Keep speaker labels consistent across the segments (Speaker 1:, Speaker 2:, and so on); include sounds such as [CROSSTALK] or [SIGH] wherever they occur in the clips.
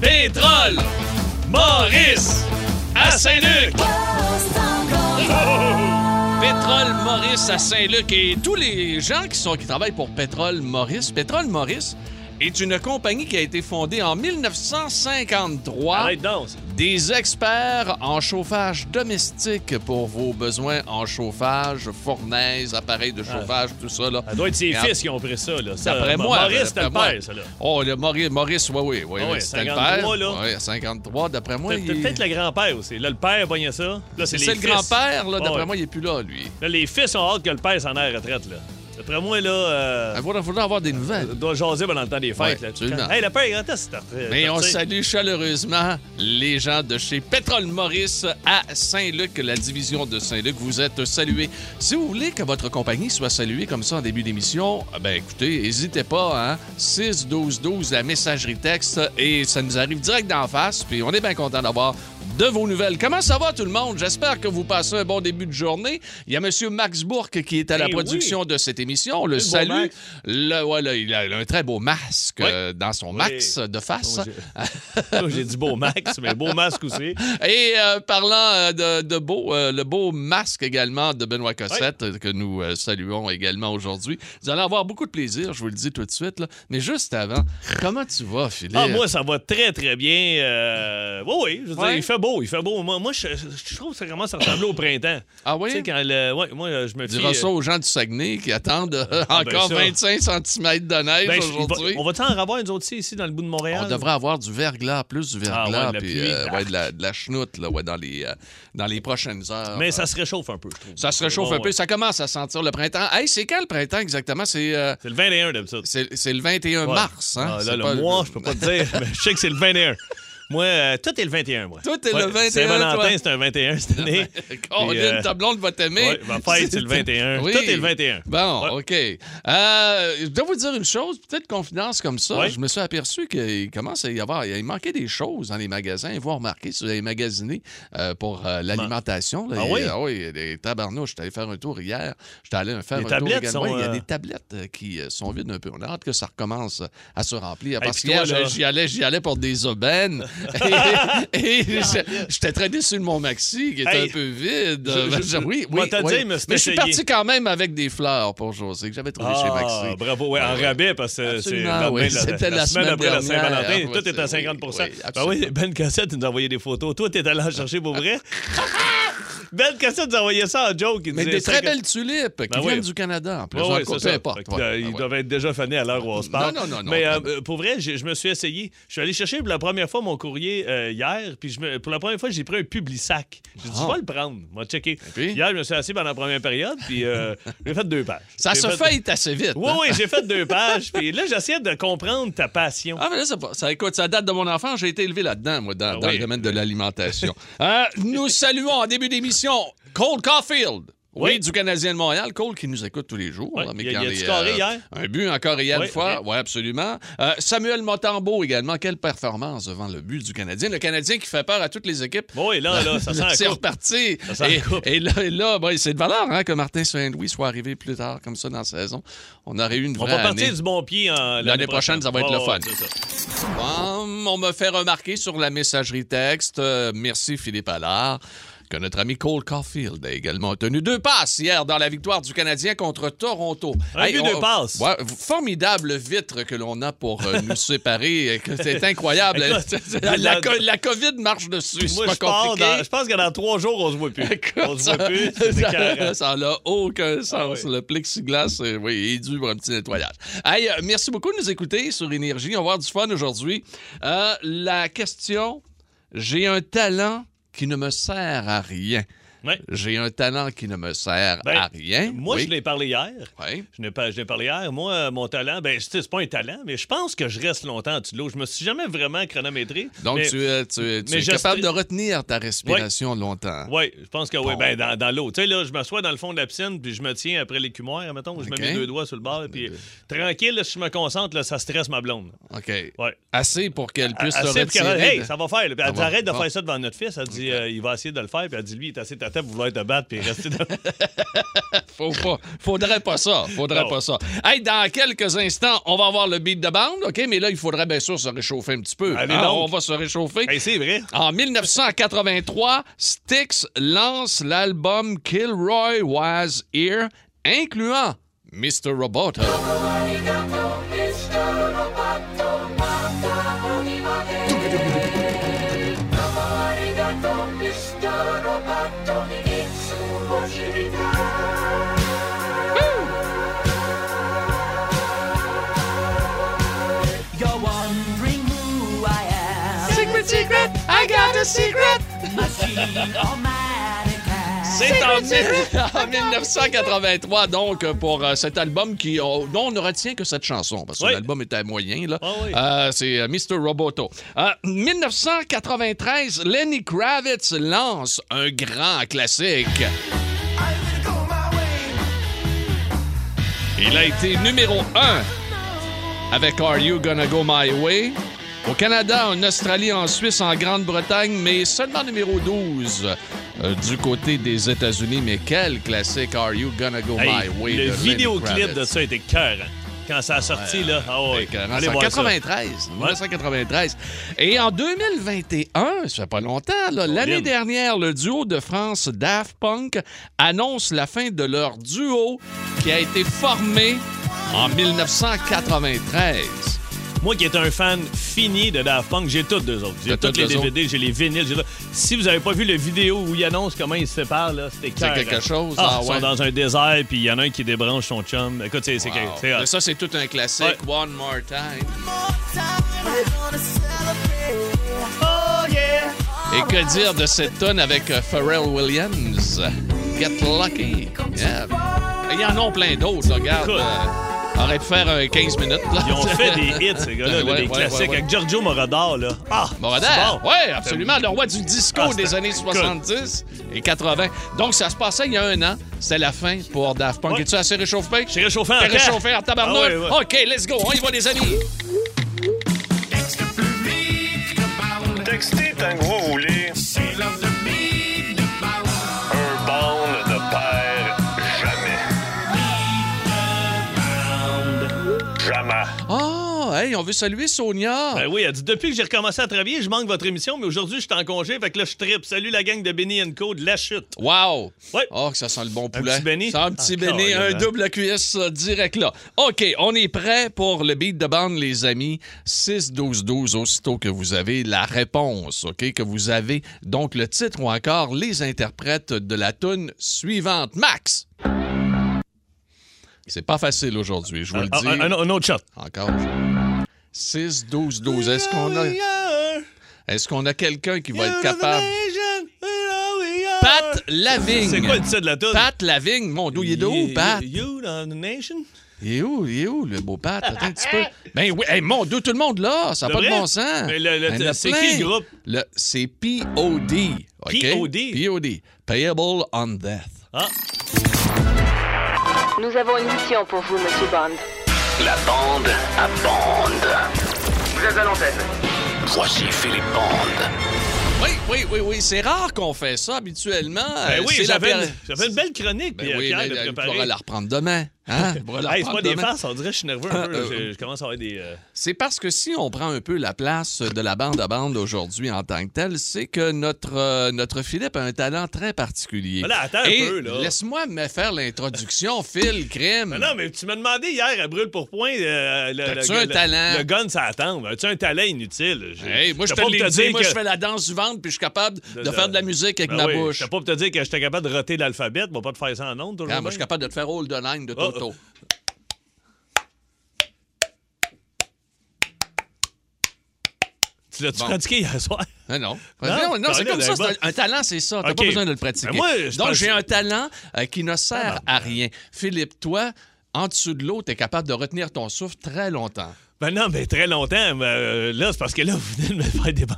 Speaker 1: des trolls. Maurice à Saint-Luc. Pétrole Maurice à Saint-Luc et tous les gens qui, sont, qui travaillent pour Pétrole Maurice. Pétrole Maurice est une compagnie qui a été fondée en 1953.
Speaker 2: Arrête donc. ça.
Speaker 1: Des experts en chauffage domestique pour vos besoins en chauffage, fournaise, appareils de chauffage, tout ça. Là.
Speaker 2: Ça doit être ses
Speaker 1: Et en-
Speaker 2: fils qui ont pris ça, là. Ça,
Speaker 1: D'après moi.
Speaker 2: Euh,
Speaker 1: d'après
Speaker 2: Maurice, t'as le
Speaker 1: moi.
Speaker 2: père, ça, là.
Speaker 1: Oh, le Maurice, Maurice oui, oui. oui,
Speaker 2: Ah ouais,
Speaker 1: oui c'était le
Speaker 2: 53,
Speaker 1: père.
Speaker 2: là.
Speaker 1: Oui, 53, d'après moi.
Speaker 2: Peut-
Speaker 1: il-
Speaker 2: Peut-être le grand-père aussi. Là, le père pognait ça. Là, c'est
Speaker 1: C'est
Speaker 2: les
Speaker 1: le
Speaker 2: fils.
Speaker 1: grand-père, là,
Speaker 2: Ah
Speaker 1: d'après
Speaker 2: ouais.
Speaker 1: moi, il est plus là, lui.
Speaker 2: Là, les fils ont hâte que le père s'en aille à la retraite, là. D'après moi, là, euh,
Speaker 1: Il faudrait faudrait avoir des nouvelles.
Speaker 2: ça doit jaser pendant le temps des fêtes,
Speaker 1: Ah Ouais,
Speaker 2: là.
Speaker 1: absolument.
Speaker 2: Hey, le père, quand est-ce que t'as-
Speaker 1: Mais
Speaker 2: t'as-
Speaker 1: on
Speaker 2: t'sais-
Speaker 1: salue chaleureusement les gens de chez Pétrole Maurice à Saint-Luc, la division de Saint-Luc. Vous êtes salués. Si vous voulez que votre compagnie soit saluée comme ça en début d'émission, ben écoutez, n'hésitez pas, hein? 6 12 12 la messagerie texte et ça nous arrive direct d'en face. Puis on est bien content d'avoir de vos nouvelles. Comment ça va tout le monde? J'espère que vous passez un bon début de journée. Il y a M. Max Bourque qui est à la
Speaker 2: Eh oui.
Speaker 1: production de cette émission. On le
Speaker 2: beau
Speaker 1: salue.
Speaker 2: Max.
Speaker 1: Le, ouais, là, il a il a un très beau masque
Speaker 2: Oui.
Speaker 1: euh, dans son max de face.
Speaker 2: Bon, Là, J'ai [LAUGHS] dit beau Max, mais beau
Speaker 1: [LAUGHS]
Speaker 2: masque aussi.
Speaker 1: Et euh, parlant euh, de, de beau, euh, le beau masque également de Benoît Cossette euh, que nous euh, saluons également aujourd'hui. Vous allez avoir beaucoup de plaisir, je vous le dis tout de suite. là. Mais juste avant, comment tu vas, Philippe?
Speaker 2: Ah, moi, ça va très, très bien. Euh, Oui, oui, je veux dire,
Speaker 1: Ouais.
Speaker 2: il fait beau, il fait beau. Moi, moi je, je trouve que ça commence à ressembler au printemps.
Speaker 1: Ah
Speaker 2: Tu sais,
Speaker 1: oui?
Speaker 2: quand le... ouais, moi, je me fie...
Speaker 1: Dira ça aux gens du Saguenay qui attendent euh,
Speaker 2: Ah, ben
Speaker 1: encore
Speaker 2: ça.
Speaker 1: 25 cm de neige
Speaker 2: Ben, je- il va-
Speaker 1: aujourd'hui.
Speaker 2: on va-tu en avoir, nous autres, ici, ici, dans le bout de Montréal?
Speaker 1: On devrait avoir du verglas, plus du
Speaker 2: Ah,
Speaker 1: verglas,
Speaker 2: ouais, de la
Speaker 1: puis
Speaker 2: pluie.
Speaker 1: euh, ouais, de la, de la chenoute là, ouais, dans, les, euh, dans les prochaines heures.
Speaker 2: Mais ça se réchauffe un peu, je trouve.
Speaker 1: Ça se réchauffe
Speaker 2: Bon,
Speaker 1: un peu,
Speaker 2: ouais.
Speaker 1: ça commence à sentir le printemps. Hey, c'est quand le printemps exactement? C'est euh,
Speaker 2: C'est le 21 d'habitude.
Speaker 1: c'est- c'est le 21
Speaker 2: Ouais.
Speaker 1: mars. Hein?
Speaker 2: Ah,
Speaker 1: C'est
Speaker 2: là, le
Speaker 1: pas-
Speaker 2: mois, je peux pas te dire, mais je sais que c'est le 21. Moi, euh, tout est le 21, moi.
Speaker 1: Tout est le 21, toi.
Speaker 2: Saint-Valentin, c'est un 21 cette année.
Speaker 1: [LAUGHS] Colin,
Speaker 2: Puis, euh,
Speaker 1: ta blonde va t'aimer.
Speaker 2: ouais, ma fête, c'est
Speaker 1: [LAUGHS]
Speaker 2: le 21. Tout est le 21.
Speaker 1: Bon,
Speaker 2: Ouais.
Speaker 1: OK. Euh, je dois vous dire une chose, peut-être confidence comme ça.
Speaker 2: Ouais.
Speaker 1: Je me suis aperçu qu'il commence à y avoir, il manquait des choses dans les magasins. Vous remarquez, si vous avez magasiné euh, pour euh, l'alimentation. là,
Speaker 2: Ah
Speaker 1: il-
Speaker 2: oui?
Speaker 1: Ah oui, des tabarnouches. J'étais allé faire un tour hier. J'étais allé faire
Speaker 2: Les
Speaker 1: un tour
Speaker 2: tablettes
Speaker 1: également.
Speaker 2: sont,
Speaker 1: Ouais, Il y a
Speaker 2: euh,
Speaker 1: des tablettes euh, qui euh, sont vides un peu. On a hâte que ça recommence euh, à se remplir.
Speaker 2: Hey,
Speaker 1: Parce
Speaker 2: puis
Speaker 1: qu'hier,
Speaker 2: toi, là- Ah,
Speaker 1: j'y allais, j'y allais pour des
Speaker 2: [LAUGHS]
Speaker 1: aubaines. et et je- j'étais très déçu de mon maxi qui était
Speaker 2: Hey,
Speaker 1: un peu vide.
Speaker 2: je-
Speaker 1: Ben,
Speaker 2: je-
Speaker 1: j'ai- [LAUGHS] oui,
Speaker 2: moi,
Speaker 1: oui,
Speaker 2: t'as
Speaker 1: oui.
Speaker 2: dit, mais c'est
Speaker 1: mais je suis
Speaker 2: essayé.
Speaker 1: parti quand même avec des fleurs pour José que j'avais trouvé chez
Speaker 2: Ah,
Speaker 1: Maxi.
Speaker 2: bravo, ouais, en
Speaker 1: Ouais, ouais.
Speaker 2: rabais, parce que c'est
Speaker 1: Absolument,
Speaker 2: la-
Speaker 1: oui.
Speaker 2: la-
Speaker 1: C'était la semaine
Speaker 2: après la
Speaker 1: dernière.
Speaker 2: Saint-Valentin,
Speaker 1: Ouais,
Speaker 2: tout est à
Speaker 1: c'est-
Speaker 2: 50
Speaker 1: oui, oui,
Speaker 2: Ben oui, Ben Cassette nous a envoyé des photos. Toi, t'es allé en chercher
Speaker 1: [LAUGHS]
Speaker 2: pour vrai. ben Cassette nous a envoyé ça en joke. il
Speaker 1: Mais
Speaker 2: disait
Speaker 1: des très
Speaker 2: 50
Speaker 1: belles tulipes qui
Speaker 2: Ben oui.
Speaker 1: viennent du Canada en plus.
Speaker 2: Ouais,
Speaker 1: En
Speaker 2: ouais,
Speaker 1: tout
Speaker 2: Ah c'est
Speaker 1: cas,
Speaker 2: ça.
Speaker 1: peu importe.
Speaker 2: Fait que,
Speaker 1: ouais,
Speaker 2: euh,
Speaker 1: ouais,
Speaker 2: ils
Speaker 1: ouais.
Speaker 2: doivent être déjà fanés à l'heure où on se parle.
Speaker 1: Non, non, non, non.
Speaker 2: Mais euh, euh, pour vrai, j'ai- je me suis essayé. Je suis allé chercher pour la première fois mon courrier euh, hier, puis je me- pour la première fois, j'ai pris un Publisac. J'ai dit,
Speaker 1: Ah.
Speaker 2: je vais le prendre, je vais checker.
Speaker 1: puis?
Speaker 2: Hier, je me suis assis pendant la première période,
Speaker 1: [LAUGHS]
Speaker 2: puis euh, j'ai fait deux pages.
Speaker 1: Ça
Speaker 2: J'ai
Speaker 1: se
Speaker 2: fait-
Speaker 1: fête assez vite.
Speaker 2: Oui,
Speaker 1: hein.
Speaker 2: oui, j'ai fait deux pages, puis là, j'essayais de comprendre ta passion.
Speaker 1: Ah, mais là, ça, ça, écoute, ça date de mon enfant. J'ai été élevé là-dedans, moi, dans,
Speaker 2: Ah
Speaker 1: dans
Speaker 2: oui.
Speaker 1: le domaine de l'alimentation. Euh, nous saluons en début d'émission Cole Caulfield. Oui,
Speaker 2: Oui.
Speaker 1: du Canadien de Montréal. Cole qui nous écoute tous les jours.
Speaker 2: Ouais.
Speaker 1: là, mais
Speaker 2: Il y a-
Speaker 1: qui
Speaker 2: il
Speaker 1: en
Speaker 2: a-tu
Speaker 1: est, euh,
Speaker 2: scoré hier?
Speaker 1: Un but encore hier
Speaker 2: Oui,
Speaker 1: une fois.
Speaker 2: ok.
Speaker 1: Oui, absolument. Euh, Samuel Montembeau également. Quelle performance devant le but du Canadien. Le Canadien qui fait peur à toutes les équipes.
Speaker 2: Oui, là, là, ça sent
Speaker 1: Là,
Speaker 2: un
Speaker 1: c'est
Speaker 2: coup.
Speaker 1: reparti.
Speaker 2: Ça sent
Speaker 1: Et,
Speaker 2: la coupe.
Speaker 1: et là, et là, bon, c'est de valeur hein, que Martin Saint-Louis soit arrivé plus tard comme ça dans la saison. On aurait eu une
Speaker 2: On
Speaker 1: vraie
Speaker 2: va
Speaker 1: année.
Speaker 2: partir du bon pied en-
Speaker 1: hein. L'année prochaine, ça va être le
Speaker 2: Ouais,
Speaker 1: fun.
Speaker 2: ouais, c'est ça.
Speaker 1: Bam, on me fait remarquer sur la messagerie texte, euh, merci Philippe Allard, que notre ami Cole Caulfield a également tenu deux passes hier dans la victoire du Canadien contre Toronto.
Speaker 2: Un but, deux passes.
Speaker 1: ouais, formidable vitre que l'on a pour euh, nous séparer. que C'est incroyable.
Speaker 2: [LAUGHS] Écoute,
Speaker 1: [LAUGHS] la, la
Speaker 2: dans-
Speaker 1: co- la COVID marche dessus.
Speaker 2: Moi,
Speaker 1: c'est
Speaker 2: je
Speaker 1: pas
Speaker 2: pars
Speaker 1: compliqué.
Speaker 2: dans- je pense que dans trois jours, on se
Speaker 1: [LAUGHS]
Speaker 2: voit plus. on se voit plus. c'est écœurant. Ah
Speaker 1: Ça- Ça n'a aucun sens.
Speaker 2: oui.
Speaker 1: Le plexiglas, euh, oui, est dû pour un petit nettoyage. Hey, euh, merci beaucoup de nous écouter sur Énergie. On va avoir du fun aujourd'hui. Euh, la question, j'ai un talent qui ne me sert à rien.
Speaker 2: Ouais.
Speaker 1: J'ai un talent qui ne me sert
Speaker 2: Ben,
Speaker 1: à rien.
Speaker 2: Moi,
Speaker 1: Oui.
Speaker 2: je l'ai parlé hier.
Speaker 1: Oui.
Speaker 2: Je n'ai pas, je l'ai parlé hier. Moi, euh, mon talent, ben, je- tu sais, c'est pas un talent, mais je pense que je reste longtemps en dessous de l'eau. Je me suis jamais vraiment chronométré.
Speaker 1: Donc,
Speaker 2: mais-
Speaker 1: tu, euh, tu- tu
Speaker 2: mais
Speaker 1: es
Speaker 2: je
Speaker 1: capable
Speaker 2: stri-
Speaker 1: de retenir ta respiration longtemps.
Speaker 2: Oui, je pense que oui.
Speaker 1: Bon.
Speaker 2: Ben, dans, dans l'eau. Tu sais, là, je m'assois dans le fond de la piscine, puis je me tiens après l'écumoire, mettons. Je
Speaker 1: OK.
Speaker 2: me mets deux doigts sur le bord, puis tranquille, là, si je me concentre, là, ça stresse ma blonde.
Speaker 1: OK.
Speaker 2: Ouais.
Speaker 1: Assez pour qu'elle puisse
Speaker 2: Assez
Speaker 1: se
Speaker 2: pour qu'elle-
Speaker 1: retirer.
Speaker 2: Hey,
Speaker 1: de-
Speaker 2: ça va faire. là. Puis
Speaker 1: Ça
Speaker 2: elle dit
Speaker 1: va.
Speaker 2: arrête de
Speaker 1: Bon. Ah.
Speaker 2: faire ça devant notre fils. Elle dit euh, il va essayer de le faire. Puis elle dit lui, il est assez matin pour vouloir te battre puis
Speaker 1: [LAUGHS]
Speaker 2: rester dans.
Speaker 1: Faut pas. Faudrait pas ça. Faudrait
Speaker 2: Non.
Speaker 1: pas ça. Hey, dans quelques instants, on va avoir le beat de bande, OK? Mais là, il faudrait bien sûr se réchauffer un petit peu.
Speaker 2: Allez
Speaker 1: hein?
Speaker 2: donc.
Speaker 1: On va se réchauffer.
Speaker 2: Hey, c'est vrai.
Speaker 1: En 1983, Styx lance l'album Kilroy Was Here, incluant Mr. Roboto.
Speaker 3: You're wondering who I am.
Speaker 1: Secret, secret, I got a secret.
Speaker 3: Machine or mannequin.
Speaker 2: C'est en
Speaker 1: En 1983, donc, pour euh, cet album qui, euh, dont on ne retient que cette chanson, parce que
Speaker 2: Oui.
Speaker 1: l'album était à moyen, là.
Speaker 2: Ah oui.
Speaker 1: Euh, c'est euh, Mr. Roboto. Euh, 1993, Lenny Kravitz lance un grand classique. Il a été numéro 1 avec Are You Gonna Go My Way? Au Canada, en Australie, en Suisse, en Grande-Bretagne, mais seulement numéro 12 euh, du côté des États-Unis. Mais quel classique Are You Gonna Go
Speaker 2: Hey,
Speaker 1: My Way?
Speaker 2: le
Speaker 1: de Lenny
Speaker 2: vidéoclip
Speaker 1: Kravitz.
Speaker 2: de ça était cœur. Quand ça a sorti, là. Ah ouais.
Speaker 1: Fait que,
Speaker 2: Allez
Speaker 1: en
Speaker 2: voir ça.
Speaker 1: 93, 1993. Et en 2021, ça fait pas longtemps, là, l'année dernière, le duo de France Daft Punk annonce la fin de leur duo qui a été formé en 1993.
Speaker 2: Moi qui étais un fan fini de Daft Punk, j'ai toutes deux autres. J'ai
Speaker 1: T'as
Speaker 2: toutes
Speaker 1: toutes
Speaker 2: les
Speaker 1: deux autres.
Speaker 2: DVD, j'ai les vinyles, j'ai tout. Si vous avez pas vu le vidéo où ils annoncent comment ils se séparent, là, c'était
Speaker 1: C'est
Speaker 2: cœur.
Speaker 1: quelque chose,
Speaker 2: Ah,
Speaker 1: ah
Speaker 2: ils
Speaker 1: ouais.
Speaker 2: sont dans un désert, puis il y en a un qui débranche son chum. Écoute, c'est c'est
Speaker 1: Wow.
Speaker 2: c'est hot.
Speaker 1: Mais Ça, c'est tout un classique. One more time. Et que dire de cette tonne avec euh, Pharrell Williams? Get Lucky. Yeah. Il y en a plein d'autres, là, regarde.
Speaker 2: Écoute.
Speaker 1: euh, aurait pu faire un 15 minutes. Là.
Speaker 2: Ils ont fait des hits, ces gars-là, là,
Speaker 1: Ouais,
Speaker 2: des
Speaker 1: ouais,
Speaker 2: classiques.
Speaker 1: ouais, ouais.
Speaker 2: Avec Giorgio Moroder, là. Ah!
Speaker 1: Moradin,
Speaker 2: c'est bon.
Speaker 1: oui, absolument. Le roi du disco
Speaker 2: Ah, c'était-
Speaker 1: des années 70 et 80. Donc, ça se passait il y a un an. C'est la fin pour Daft Punk.
Speaker 2: Ouais.
Speaker 1: Es-tu assez réchauffé?
Speaker 2: J'ai réchauffé en
Speaker 1: T'es
Speaker 2: temps.
Speaker 1: réchauffé en tabarnouche?
Speaker 2: Ah ouais, ouais.
Speaker 1: OK, let's go. On y va, les amis.
Speaker 4: Texter un gros roulé. Un bond ne perd jamais. Jamais.
Speaker 1: Ah, hey, on veut saluer Sonia.
Speaker 2: Ben oui, elle dit depuis que j'ai recommencé à travailler, je manque votre émission, mais aujourd'hui, je suis en congé, fait que là, je tripe. Salut la gang de Benny Co de la chute.
Speaker 1: Wow!
Speaker 2: Ouais.
Speaker 1: Oh, que ça sent le bon poulet.
Speaker 2: petit béni?
Speaker 1: Ça, un petit
Speaker 2: Ah,
Speaker 1: béni, un
Speaker 2: carrément.
Speaker 1: double cuisse euh, direct là. OK, on est prêt pour le beat de bande, les amis. 6-12-12, aussitôt que vous avez la réponse, OK? Que vous avez donc le titre ou encore les interprètes de la toune suivante. Max! C'est pas facile aujourd'hui, je vous le
Speaker 2: Ah,
Speaker 1: dis.
Speaker 2: un, un- un autre shot.
Speaker 1: Encore. 6-12-12. Est-ce qu'on a, est-ce qu'on a quelqu'un qui va être capable? Pat Lavigne.
Speaker 2: C'est quoi le titre de la toune?
Speaker 1: Pat Lavigne, mon doux, il est de où,
Speaker 2: You-
Speaker 1: Pat?
Speaker 2: You on the nation?
Speaker 1: Il est où, il est où, le beau Pat? Attends un petit peu. Ben oui, hey, mon Dieu, tout le monde là, ça n'a
Speaker 2: De
Speaker 1: pas de
Speaker 2: vrai?
Speaker 1: bon sens. Ben,
Speaker 2: Mais le- le-
Speaker 1: Il y en a
Speaker 2: c'est
Speaker 1: plein.
Speaker 2: qui le groupe?
Speaker 1: Le- c'est POD. OK?
Speaker 2: POD?
Speaker 1: POD. Payable on Death.
Speaker 2: Ah,
Speaker 5: Nous avons une mission pour vous, Monsieur Bond.
Speaker 6: La bande à bande. Vous êtes à l'antenne. Voici Philippe Bande.
Speaker 1: Oui, oui, oui, oui. C'est rare qu'on fait ça habituellement.
Speaker 2: ben
Speaker 1: Euh,
Speaker 2: oui,
Speaker 1: c'est la
Speaker 2: j'avais
Speaker 1: per-
Speaker 2: une, j'avais une belle chronique,
Speaker 1: Ben
Speaker 2: puis euh,
Speaker 1: oui,
Speaker 2: Pierre
Speaker 1: mais
Speaker 2: de
Speaker 1: il
Speaker 2: préparer.
Speaker 1: pourra la reprendre demain. Hein? Il pourra la
Speaker 2: Hey, c'est pas
Speaker 1: reprendre
Speaker 2: des
Speaker 1: demain.
Speaker 2: farces, on dirait que je suis
Speaker 1: [LAUGHS]
Speaker 2: nerveux un peu. là.
Speaker 1: Euh,
Speaker 2: Je, je commence à avoir des... euh,
Speaker 1: C'est parce que si on prend un peu la place de la bande à bande aujourd'hui en tant que telle, c'est que notre, euh, notre Philippe a un talent très particulier.
Speaker 2: Ben là, attends un
Speaker 1: Et
Speaker 2: peu, là.
Speaker 1: Laisse-moi me faire l'introduction, Phil, crime.
Speaker 2: Ben non, mais tu m'as demandé hier à brûle pour point euh, le,
Speaker 1: Euh. T'as-tu
Speaker 2: le-
Speaker 1: un
Speaker 2: le-
Speaker 1: talent?
Speaker 2: le gun ça attend. As-tu un talent inutile? Je-
Speaker 1: Hey, moi, je
Speaker 2: t'as
Speaker 1: te
Speaker 2: pas pour
Speaker 1: l'ai dit,
Speaker 2: dire
Speaker 1: moi,
Speaker 2: que-
Speaker 1: je fais la danse du ventre, puis je suis capable de,
Speaker 2: de-
Speaker 1: faire de la musique avec
Speaker 2: Ben
Speaker 1: ma
Speaker 2: oui,
Speaker 1: bouche.
Speaker 2: Je pas pour te dire que j'étais capable de roter l'alphabet, mais pas de faire ça en ondes.
Speaker 1: Ah, moi, je suis capable de te faire all the line de
Speaker 2: Oh.
Speaker 1: Toto.
Speaker 2: Tu l'as-tu
Speaker 1: Bon.
Speaker 2: pratiqué hier soir?
Speaker 1: Ah non.
Speaker 2: Non,
Speaker 1: Non, non, c'est
Speaker 2: t'en
Speaker 1: comme
Speaker 2: es
Speaker 1: ça.
Speaker 2: bien
Speaker 1: c'est Un, un talent, c'est ça. T'as
Speaker 2: OK.
Speaker 1: pas besoin de le pratiquer.
Speaker 2: Ben moi, je
Speaker 1: Donc,
Speaker 2: pense- Ah
Speaker 1: j'ai un talent euh, qui ne sert à rien. Philippe, toi, en dessous de l'eau, t'es capable de retenir ton souffle très longtemps.
Speaker 2: Ben non, mais très longtemps. mais, euh, là, c'est parce que là, vous venez de me faire débander.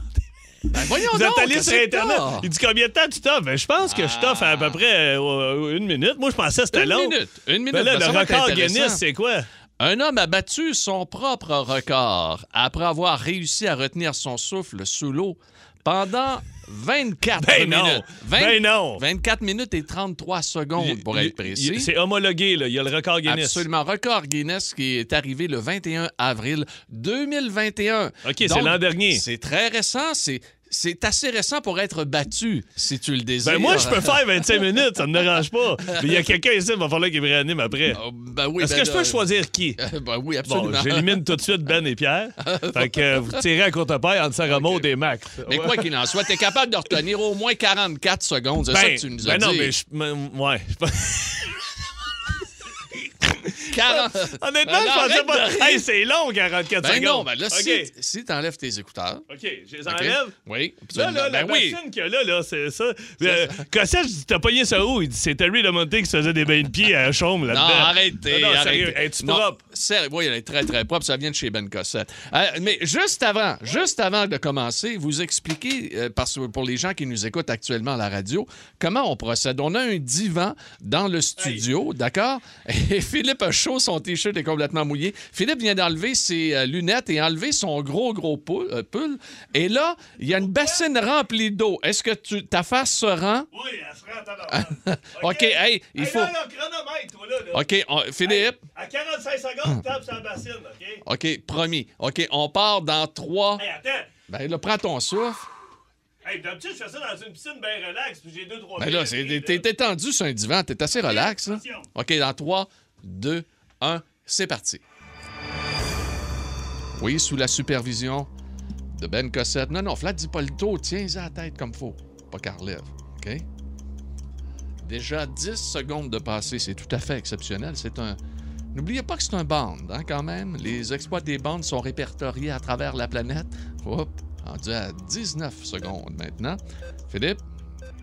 Speaker 1: Ben, voyons
Speaker 2: Vous
Speaker 1: donc,
Speaker 2: êtes allé
Speaker 1: qu'est-ce
Speaker 2: sur
Speaker 1: que
Speaker 2: Internet.
Speaker 1: t'as?
Speaker 2: Il dit combien de temps tu t'offres? Ben, je pense que je t'offre à, à peu près euh, euh, une minute. Moi, je pensais que c'était
Speaker 1: Ah. Une
Speaker 2: long.
Speaker 1: minute, une minute,
Speaker 2: Ben là,
Speaker 1: ben, ça
Speaker 2: le
Speaker 1: va être
Speaker 2: record
Speaker 1: intéressant.
Speaker 2: Guinness, c'est quoi?
Speaker 1: Un homme a battu son propre record après avoir réussi à retenir son souffle sous l'eau pendant 24
Speaker 2: Ben
Speaker 1: minutes.
Speaker 2: non! Ben non!
Speaker 1: 24 minutes et 33 secondes, pour
Speaker 2: Il-
Speaker 1: être précis.
Speaker 2: il- C'est homologué, là. Il y a le record Guinness.
Speaker 1: Absolument. Record Guinness qui est arrivé le 21 avril 2021.
Speaker 2: OK, c'est
Speaker 1: Donc,
Speaker 2: l'an dernier.
Speaker 1: C'est très récent. C'est, c'est assez récent pour être battu, si tu le désires.
Speaker 2: Ben moi, je peux faire 25 minutes, ça me dérange
Speaker 1: [LAUGHS]
Speaker 2: pas. Mais il y a quelqu'un ici, il va falloir qu'il me réanime après.
Speaker 1: Oh, ben oui,
Speaker 2: Est-ce
Speaker 1: ben
Speaker 2: que je
Speaker 1: là-
Speaker 2: peux choisir qui?
Speaker 1: [LAUGHS] Ben oui, absolument.
Speaker 2: Bon, j'élimine tout de suite Ben
Speaker 1: [LAUGHS]
Speaker 2: et Pierre. fait que euh, vous tirez à courte paille entre Sarah Maud et Max.
Speaker 1: Mais quoi qu'il en soit, t'es capable de retenir au moins 44 secondes. C'est ça que tu nous as
Speaker 2: ben non,
Speaker 1: dit.
Speaker 2: mais je. mais- Ouais.
Speaker 1: Quarante-
Speaker 2: [LAUGHS] Honnêtement,
Speaker 1: Ben non,
Speaker 2: je pensais
Speaker 1: arrête
Speaker 2: pas.
Speaker 1: de rire.
Speaker 2: Hey, c'est long, 44
Speaker 1: Ben
Speaker 2: secondes.
Speaker 1: non, ben là,
Speaker 2: OK.
Speaker 1: si, si t'enlèves tes écouteurs...
Speaker 2: OK, je les
Speaker 1: OK?
Speaker 2: enlève.
Speaker 1: Oui.
Speaker 2: Là, là,
Speaker 1: absolument.
Speaker 2: la
Speaker 1: ben oui.
Speaker 2: machine qu'il y a là, là, c'est ça. Euh, Cossette, je dis, t'as pogné ça où? Il dit, c'est Terry Lamonté qui se faisait des bains de pied à Chaume
Speaker 1: Non,
Speaker 2: là-dedans.
Speaker 1: arrêtez.
Speaker 2: Non, non,
Speaker 1: arrêtez.
Speaker 2: sérieux, es-tu
Speaker 1: Non,
Speaker 2: propre?
Speaker 1: sérieux, oui, elle est très, très propre. Ça vient de chez Ben Cossette. Euh, mais juste avant, juste avant de commencer, vous expliquer, euh, parce que pour les gens qui nous écoutent actuellement à la radio, comment on procède. On a un divan dans le studio, d'accord? Et [LAUGHS] Philippe a chaud, son T-shirt est complètement mouillé. Philippe vient d'enlever ses euh, lunettes et enlever son gros, gros pou- euh, pull. Et là, il y a une bassine remplie d'eau. Est-ce que tu, ta face se rend?
Speaker 2: Oui, elle se
Speaker 1: [LAUGHS]
Speaker 2: rend à
Speaker 1: OK, hey, il faut...
Speaker 2: Là, là, chronomètre, toi, là. là.
Speaker 1: OK, on- Philippe...
Speaker 2: À 45 secondes, tape sur la bassine, OK?
Speaker 1: OK, promis. OK, on part dans trois.
Speaker 2: Hey, attends.
Speaker 1: Ben là, prends ton souffle.
Speaker 2: Hey, d'habitude, je fais ça dans une piscine bien relax, puis j'ai deux, trois
Speaker 1: Ben là, c'est- t'es t'es tendu sur un divan, t'es assez relax. là. OK, dans trois, deux, un, c'est parti. Oui, sous la supervision de Ben Cossette. Non, non, flatte, dis pas le dos, tiens-y à la tête comme faut. Pas qu'elle relève, OK? Déjà 10 secondes de passé, c'est tout à fait exceptionnel. C'est un... N'oubliez pas que c'est un band, hein, quand même. Les exploits des bandes sont répertoriés à travers la planète. Hop, rendu à 19 secondes maintenant. Philippe,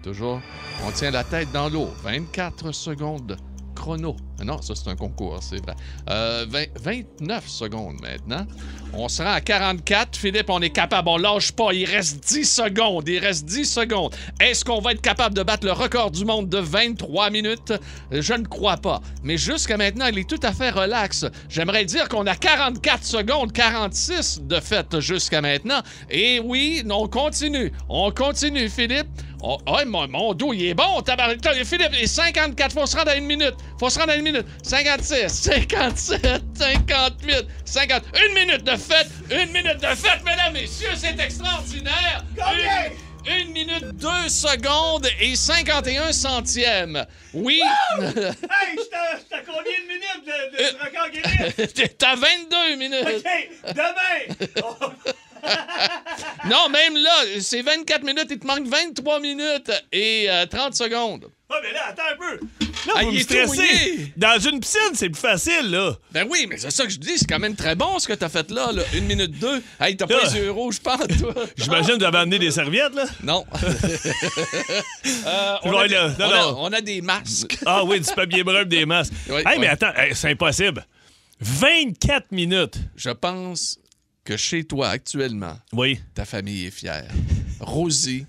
Speaker 1: toujours. On tient la tête dans l'eau. 24 secondes chrono. Ah Non, ça c'est un concours, c'est vrai. Euh, 20 29 secondes maintenant. On se rend à 44. Philippe, on est capable. On lâche pas. Il reste 10 secondes. Il reste 10 secondes. Est-ce qu'on va être capable de battre le record du monde de 23 minutes? Je ne crois pas. Mais jusqu'à maintenant, il est tout à fait relax. J'aimerais dire qu'on a 44 secondes, 46 de fait jusqu'à maintenant. Et oui, on continue. On continue, Philippe. Oh, oh, mon, mon dos, il est bon, tabarnak. T'as- Philippe, il est 54, faut se rendre à une minute. Faut se rendre à une minute. 56, 57, 58, 50. Une minute de fête, une minute de fête, mesdames, messieurs, c'est extraordinaire. Une- Une, minute, deux secondes et 51 centièmes. Oui, [LAUGHS]
Speaker 2: Hey, je t'ai à combien de minutes de, de
Speaker 1: Euh.
Speaker 2: record Guinness?
Speaker 1: t'es à 22 minutes. [LAUGHS]
Speaker 2: OK, demain! Oh,
Speaker 1: Non, même là, c'est 24 minutes, il te manque 23 minutes et euh, 30 secondes.
Speaker 2: Ah, mais là, attends un peu! Là,
Speaker 1: Ah,
Speaker 2: vous
Speaker 1: il
Speaker 2: me
Speaker 1: est tout
Speaker 2: stressez.
Speaker 1: mouillé.
Speaker 2: Dans une piscine, c'est plus facile, là!
Speaker 1: Ben oui, mais c'est ça que je dis, c'est quand même très bon ce que t'as fait là, là. Une minute deux. Hey, t'as pas
Speaker 2: Là.
Speaker 1: les yeux rouges, je pense, toi.
Speaker 2: [LAUGHS] J'imagine que vous avez amené des serviettes, là?
Speaker 1: Non. Euh, on,
Speaker 2: Ouais,
Speaker 1: a des,
Speaker 2: là, non,
Speaker 1: on a-
Speaker 2: non.
Speaker 1: on a des masques.
Speaker 2: Ah oui, du papier brun pis des masses.
Speaker 1: [LAUGHS] Oui,
Speaker 2: hey,
Speaker 1: oui.
Speaker 2: mais attends, hey, c'est impossible. 24 minutes.
Speaker 1: Je pense que chez toi, actuellement,
Speaker 2: Oui.
Speaker 1: ta famille est fière. Rosie,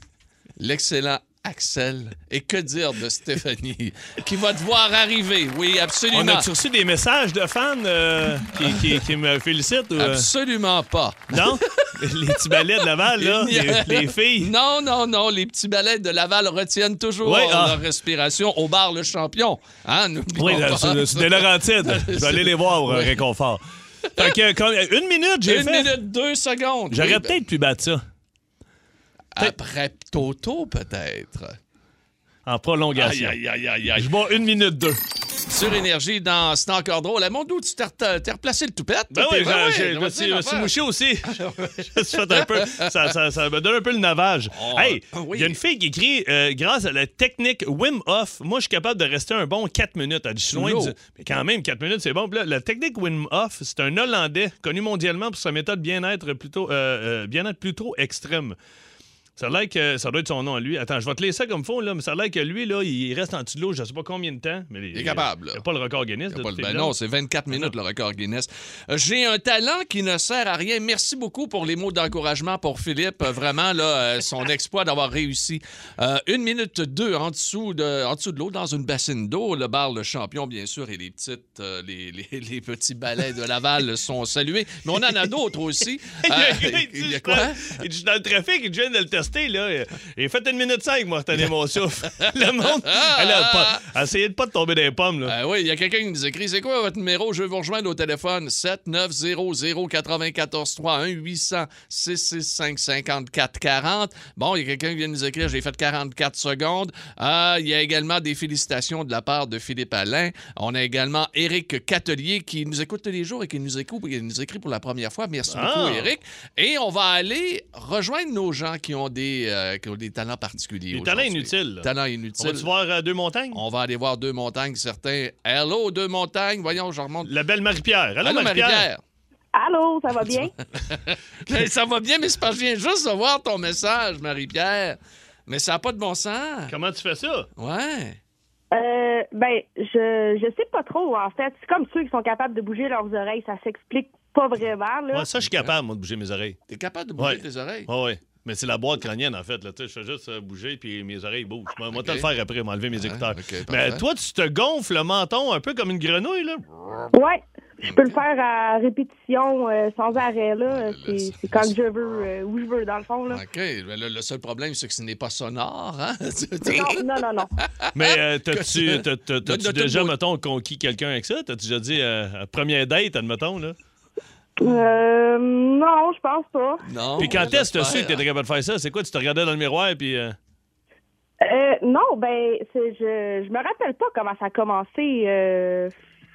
Speaker 1: l'excellent Axel, et que dire de Stéphanie, qui va te voir arriver. Oui,
Speaker 2: On
Speaker 1: absolument.
Speaker 2: a reçu des messages de fans euh, qui, qui- qui me félicitent? ou, euh,
Speaker 1: Absolument pas.
Speaker 2: non? Les petits balais de
Speaker 1: [LAUGHS]
Speaker 2: Laval, là,
Speaker 1: Il y a-
Speaker 2: les, les filles.
Speaker 1: Non, non, non. Les petits balais de Laval retiennent toujours
Speaker 2: Ouais, ah.
Speaker 1: leur respiration au bar le champion. Hein, n'oublions
Speaker 2: Oui,
Speaker 1: pas.
Speaker 2: là, c'est c'est
Speaker 1: [LAUGHS]
Speaker 2: des Laurentides. Je vais aller les voir pour un réconfort. Fait que, quand- une minute, j'ai
Speaker 1: Une
Speaker 2: fait.
Speaker 1: minute, deux secondes.
Speaker 2: J'aurais
Speaker 1: Oui, ben,
Speaker 2: peut-être pu battre ça
Speaker 1: Après Toto, peut-être.
Speaker 2: en prolongation.
Speaker 1: aïe, aïe, aïe.
Speaker 2: Je bois une minute deux.
Speaker 1: Sur Énergie, dans C'est encore drôle. Mon d'où tu t'es re- t'es replacé le toupette?
Speaker 2: Ben oui,
Speaker 1: T'es-
Speaker 2: j'ai-
Speaker 1: ouais,
Speaker 2: j'ai- je
Speaker 1: ouais,
Speaker 2: me suis- je
Speaker 1: l'affaire. Ah,
Speaker 2: me
Speaker 1: [LAUGHS]
Speaker 2: suis mouché aussi. [LAUGHS] Je me suis fait un peu- ça, ça- ça me donne un peu le navage.
Speaker 1: Oh,
Speaker 2: hey,
Speaker 1: ah oui.
Speaker 2: il y a une fille qui écrit euh, grâce à la technique Wim Hof, moi, je suis capable de rester un bon 4 minutes. Elle dit, je suis
Speaker 1: Sous
Speaker 2: loin
Speaker 1: l'eau.
Speaker 2: du- Mais quand même, 4 minutes, c'est bon. Puis là, la technique Wim Hof, c'est un Hollandais connu mondialement pour sa méthode bien-être plutôt, euh, euh, bien-être plutôt extrême. Ça a l'air que ça doit être son nom à lui. Attends, je vais te laisser ça comme fond, là, mais ça a l'air que lui, là, il reste en dessous de l'eau, je sais pas combien de temps. Mais
Speaker 1: Il est capable, là.
Speaker 2: Il n'a pas le record Guinness.
Speaker 1: Y a
Speaker 2: de
Speaker 1: pas le-
Speaker 2: toute
Speaker 1: ben
Speaker 2: évidence.
Speaker 1: non, c'est 24 minutes le record Guinness. Euh, J'ai un talent qui ne sert à rien. Merci beaucoup pour les mots d'encouragement pour Philippe. Euh, Vraiment, là, euh,
Speaker 2: [LAUGHS]
Speaker 1: son exploit d'avoir réussi. Euh, une minute deux en dessous de, en dessous de l'eau, dans une bassine d'eau. Le bar, le champion, bien sûr, et les petites, euh, les, les- [LAUGHS] les petits balais de Laval sont salués. Mais on en a d'autres aussi.
Speaker 2: [LAUGHS] Il y
Speaker 1: Euh,
Speaker 2: a un gars, il dit,
Speaker 1: il y a
Speaker 2: je
Speaker 1: quoi?
Speaker 2: prends- Il dit, dans le trafic, il dit, je viens de le tester, là. euh, Il fait une minute cinq, moi, retenez
Speaker 1: [LAUGHS]
Speaker 2: mon souffle. [LAUGHS] Le monde, elle a pas, essayez de pas de tomber dans les pommes, là.
Speaker 1: Ah oui, il y a quelqu'un qui nous écrit C'est quoi votre numéro Je veux vous rejoindre au téléphone 7900-943-1 800-665-5440. Bon, il y a quelqu'un qui vient nous écrire J'ai fait 44 secondes. Ah, il y a également des félicitations de la part de Philippe Alain. On a également Éric Catelier qui nous écoute tous les jours et qui nous écoute qui nous écrit pour la première fois. Merci
Speaker 2: Ah.
Speaker 1: beaucoup, Éric. Et on va aller rejoindre nos gens qui ont des, euh, qui ont des talents particuliers.
Speaker 2: Des talents
Speaker 1: aujourd'hui.
Speaker 2: inutiles, là.
Speaker 1: Talents
Speaker 2: On
Speaker 1: inutiles.
Speaker 2: va-tu voir euh, deux montagnes?
Speaker 1: On va aller voir deux montagnes, certains. Hello, deux montagnes. Voyons, je remonte.
Speaker 2: La belle Marie-Pierre. Allô, Marie-Pierre.
Speaker 7: Allô, ça
Speaker 1: [LAUGHS]
Speaker 7: va bien?
Speaker 1: Marie-Pierre. ça va bien, mais c'est parce que je viens juste de voir ton message, Marie-Pierre. Mais ça n'a pas de bon sens.
Speaker 2: Comment tu fais ça?
Speaker 1: Ouais.
Speaker 7: Euh, ben, je, je sais pas trop, en fait. C'est comme ceux qui sont capables de bouger leurs oreilles. Ça s'explique pas vraiment, là.
Speaker 2: Ouais, ça, je suis capable, moi, de bouger mes oreilles.
Speaker 1: T'es capable de bouger
Speaker 2: Ouais.
Speaker 1: tes oreilles?
Speaker 2: Ah ouais. Mais c'est la boîte crânienne, en fait. Là. Tu sais, Je fais juste euh, bouger, puis mes oreilles bougent. Moi, moi, te le faire après, m'enlever mes écouteurs.
Speaker 1: Ah, ok,
Speaker 2: Mais
Speaker 1: parfait.
Speaker 2: toi, tu te gonfles le menton un peu comme une grenouille, là.
Speaker 7: Ouais, je peux le faire à répétition, euh, sans arrêt, là.
Speaker 1: Ouais, là,
Speaker 7: c'est,
Speaker 1: ça-
Speaker 7: c'est quand que je veux, euh, où je veux, dans le fond, là.
Speaker 1: OK. mais Le, le seul problème, c'est que ce n'est pas sonore. Hein? [LAUGHS]
Speaker 7: Non, non, non, non.
Speaker 2: Mais euh, t'as-tu t'as- t'as-
Speaker 1: Donne
Speaker 2: t'as-tu
Speaker 1: le tout
Speaker 2: déjà,
Speaker 1: bout.
Speaker 2: mettons, conquis quelqu'un avec ça? T'as-tu déjà dit euh, première date, admettons, là?
Speaker 7: Euh, non, je pense pas.
Speaker 1: non.
Speaker 2: Puis quand est-ce que t'as su que
Speaker 1: j'espère.
Speaker 2: t'étais capable de faire ça? C'est quoi? Tu te regardais dans le miroir, puis... euh,
Speaker 7: Euh, non, ben, c'est, je, je me rappelle pas comment ça a commencé. Euh,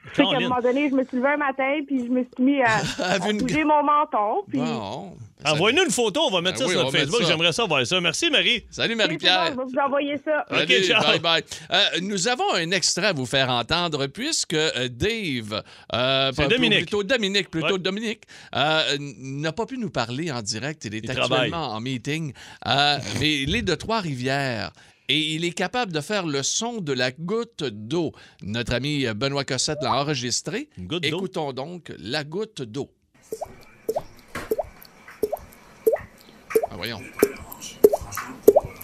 Speaker 7: je sais qu'à un
Speaker 2: Caroline.
Speaker 7: moment donné, je me suis levée un matin, puis je me suis mis
Speaker 1: [LAUGHS]
Speaker 7: à, à
Speaker 1: vu une-
Speaker 7: bouger mon menton, puis...
Speaker 1: Bon.
Speaker 2: Envoie-nous une photo, on va mettre
Speaker 1: Ben
Speaker 2: ça
Speaker 1: oui,
Speaker 2: sur
Speaker 1: on
Speaker 2: notre
Speaker 1: va mettre
Speaker 2: Facebook.
Speaker 1: ça.
Speaker 2: J'aimerais ça voir ça. Merci, Marie.
Speaker 1: Salut,
Speaker 7: Oui, c'est bon,
Speaker 1: Marie-Pierre.
Speaker 7: je vais vous envoyer ça.
Speaker 2: Ok,
Speaker 1: Salut,
Speaker 2: ciao.
Speaker 1: bye bye. Euh, nous avons un extrait à vous faire entendre puisque euh, Dave, euh,
Speaker 2: C'est
Speaker 1: pas-
Speaker 2: Dominique.
Speaker 1: plutôt Dominique, plutôt
Speaker 2: Ouais.
Speaker 1: Dominique, euh, n- n'a pas pu nous parler en direct. Il est
Speaker 2: Il
Speaker 1: actuellement
Speaker 2: travaille.
Speaker 1: en meeting, Euh, mais il est de Trois-Rivières. Et il est capable de faire le son de la goutte d'eau. Notre ami Benoît Cossette l'a enregistré.
Speaker 2: Une goutte d'eau.
Speaker 1: Écoutons donc la goutte d'eau. Ah, voyons.
Speaker 2: Hey,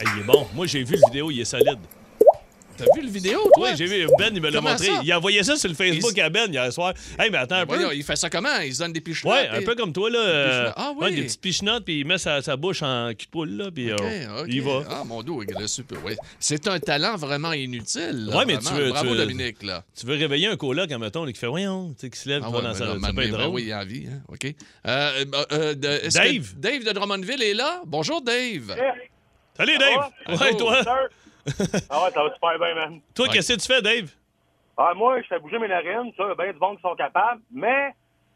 Speaker 2: Ah, il est bon. Moi, j'ai vu le vidéo, il est solide.
Speaker 1: T'as vu le vidéo, toi?
Speaker 2: Oui, j'ai vu. Ben, il me l'a
Speaker 1: Comment
Speaker 2: montré.
Speaker 1: ça?
Speaker 2: Il a envoyé ça sur le Facebook à Ben hier soir. Hey, mais attends un peu.
Speaker 1: Voyons, il fait ça comment? Il se donne des pichons.
Speaker 2: Ouais, un peu comme toi, là. euh,
Speaker 1: pichenottes. Ah oui.
Speaker 2: ouais, des petites pichenottes, puis il met sa, sa bouche en cul de poule, là, puis
Speaker 1: OK,
Speaker 2: euh,
Speaker 1: OK.
Speaker 2: il va.
Speaker 1: Ah, mon dos, il est super. ouais. C'est un talent vraiment inutile. là,
Speaker 2: Ouais, mais tu
Speaker 1: vraiment.
Speaker 2: veux- tu
Speaker 1: Bravo,
Speaker 2: veux-
Speaker 1: Dominique. Là. Ah
Speaker 2: Tu veux réveiller un coloc, admettons, là, qui fait, voyons, tu sais, qui se lève, qui
Speaker 1: ouais,
Speaker 2: va dans
Speaker 1: mais
Speaker 2: sa
Speaker 1: là,
Speaker 2: loge. Ça
Speaker 1: man,
Speaker 2: peut
Speaker 1: mais
Speaker 2: être
Speaker 1: vrai,
Speaker 2: drôle.
Speaker 1: oui, il a envie. hein, OK. Euh, euh, euh, de- est-ce que
Speaker 2: Dave?
Speaker 1: Dave de Drummondville est là. Bonjour,
Speaker 2: Eh
Speaker 1: Dave.
Speaker 2: Salut, Dave.
Speaker 1: va?
Speaker 2: Ouais,
Speaker 1: Allô,
Speaker 2: toi.
Speaker 8: Ah ouais, ça va super bien, man.
Speaker 2: Toi, qu'est-ce que tu fais, Dave?
Speaker 8: Ah, moi, je fais bouger mes narines, ça, il y a bien du monde qui sont capables, mais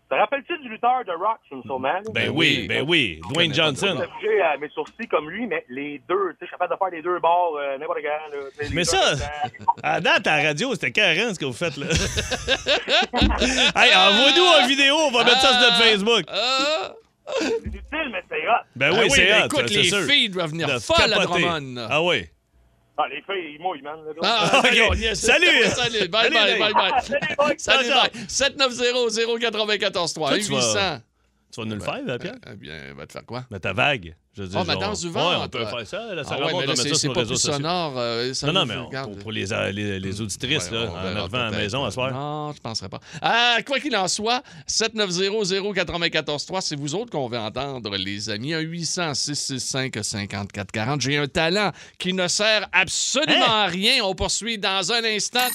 Speaker 8: te rappelles-tu du lutteur de Rock, sûrement?
Speaker 2: Ben oui,
Speaker 1: oui.
Speaker 2: ben oui.
Speaker 1: connais
Speaker 2: Dwayne
Speaker 1: pas
Speaker 2: Johnson.
Speaker 1: ton nom.
Speaker 8: J'ai bougé à euh, mes sourcils comme lui, mais les deux, tu sais, je suis capable de faire les deux bords euh, n'importe quand. Là, Tu sais, les euh,
Speaker 2: Mais
Speaker 8: deux
Speaker 2: ça-
Speaker 8: en même temps.
Speaker 2: À date, à la radio, c'était carrément ce que vous
Speaker 1: [LAUGHS]
Speaker 2: faites, là. hey, envoie-nous en vidéo, on va mettre ça sur notre Facebook.
Speaker 1: Ah,
Speaker 8: c'est utile, mais c'est hot.
Speaker 2: Ben
Speaker 1: ah
Speaker 2: oui, c'est
Speaker 1: ben
Speaker 2: hot,
Speaker 1: Écoute,
Speaker 2: c'est
Speaker 1: les
Speaker 2: sûr.
Speaker 1: filles doivent venir
Speaker 2: De
Speaker 1: folles à
Speaker 2: capoter.
Speaker 1: Drummond.
Speaker 2: Ah oui.
Speaker 8: Ah, les filles, ils mouillent, man. le gars.
Speaker 1: Ah,
Speaker 2: OK.
Speaker 1: voyons, yes. [LAUGHS]
Speaker 2: Salut.
Speaker 1: Salut! Bye bye,
Speaker 2: Salut, Dave.
Speaker 1: bye bye!
Speaker 8: Salut, boys.
Speaker 1: Salut,
Speaker 2: Ciao,
Speaker 1: bye! 790 3
Speaker 2: Toi, tu vas-
Speaker 1: 800
Speaker 2: Tu vas nous le faire, là, Pierre?
Speaker 1: Eh bien, va te faire quoi?
Speaker 2: Mais ta vague. Je veux dire,
Speaker 1: Oh, mais
Speaker 2: genre-
Speaker 1: danse du ventre.
Speaker 2: Ouais, on peut faire ça. Là, ça
Speaker 1: Ah ouais,
Speaker 2: remonte,
Speaker 1: mais
Speaker 2: on
Speaker 1: là,
Speaker 2: met
Speaker 1: c'est
Speaker 2: ça
Speaker 1: c'est
Speaker 2: sur
Speaker 1: pas
Speaker 2: les réseaux
Speaker 1: plus
Speaker 2: sociaux.
Speaker 1: sonore. euh, ça
Speaker 2: Non, non,
Speaker 1: nous
Speaker 2: mais on-
Speaker 1: regarde.
Speaker 2: pour, pour les, euh, les, les auditrices,
Speaker 1: Ouais,
Speaker 2: là,
Speaker 1: on
Speaker 2: en
Speaker 1: verra
Speaker 2: arrivant à la
Speaker 1: peut-être.
Speaker 2: maison à soir.
Speaker 1: Non, je penserais pas. Ah, quoi qu'il en soit, 790-094-3, c'est vous autres qu'on veut entendre, les amis. 1-800-665-5440. J'ai un talent qui ne sert absolument
Speaker 2: Hein?
Speaker 1: à rien. On poursuit dans un instant.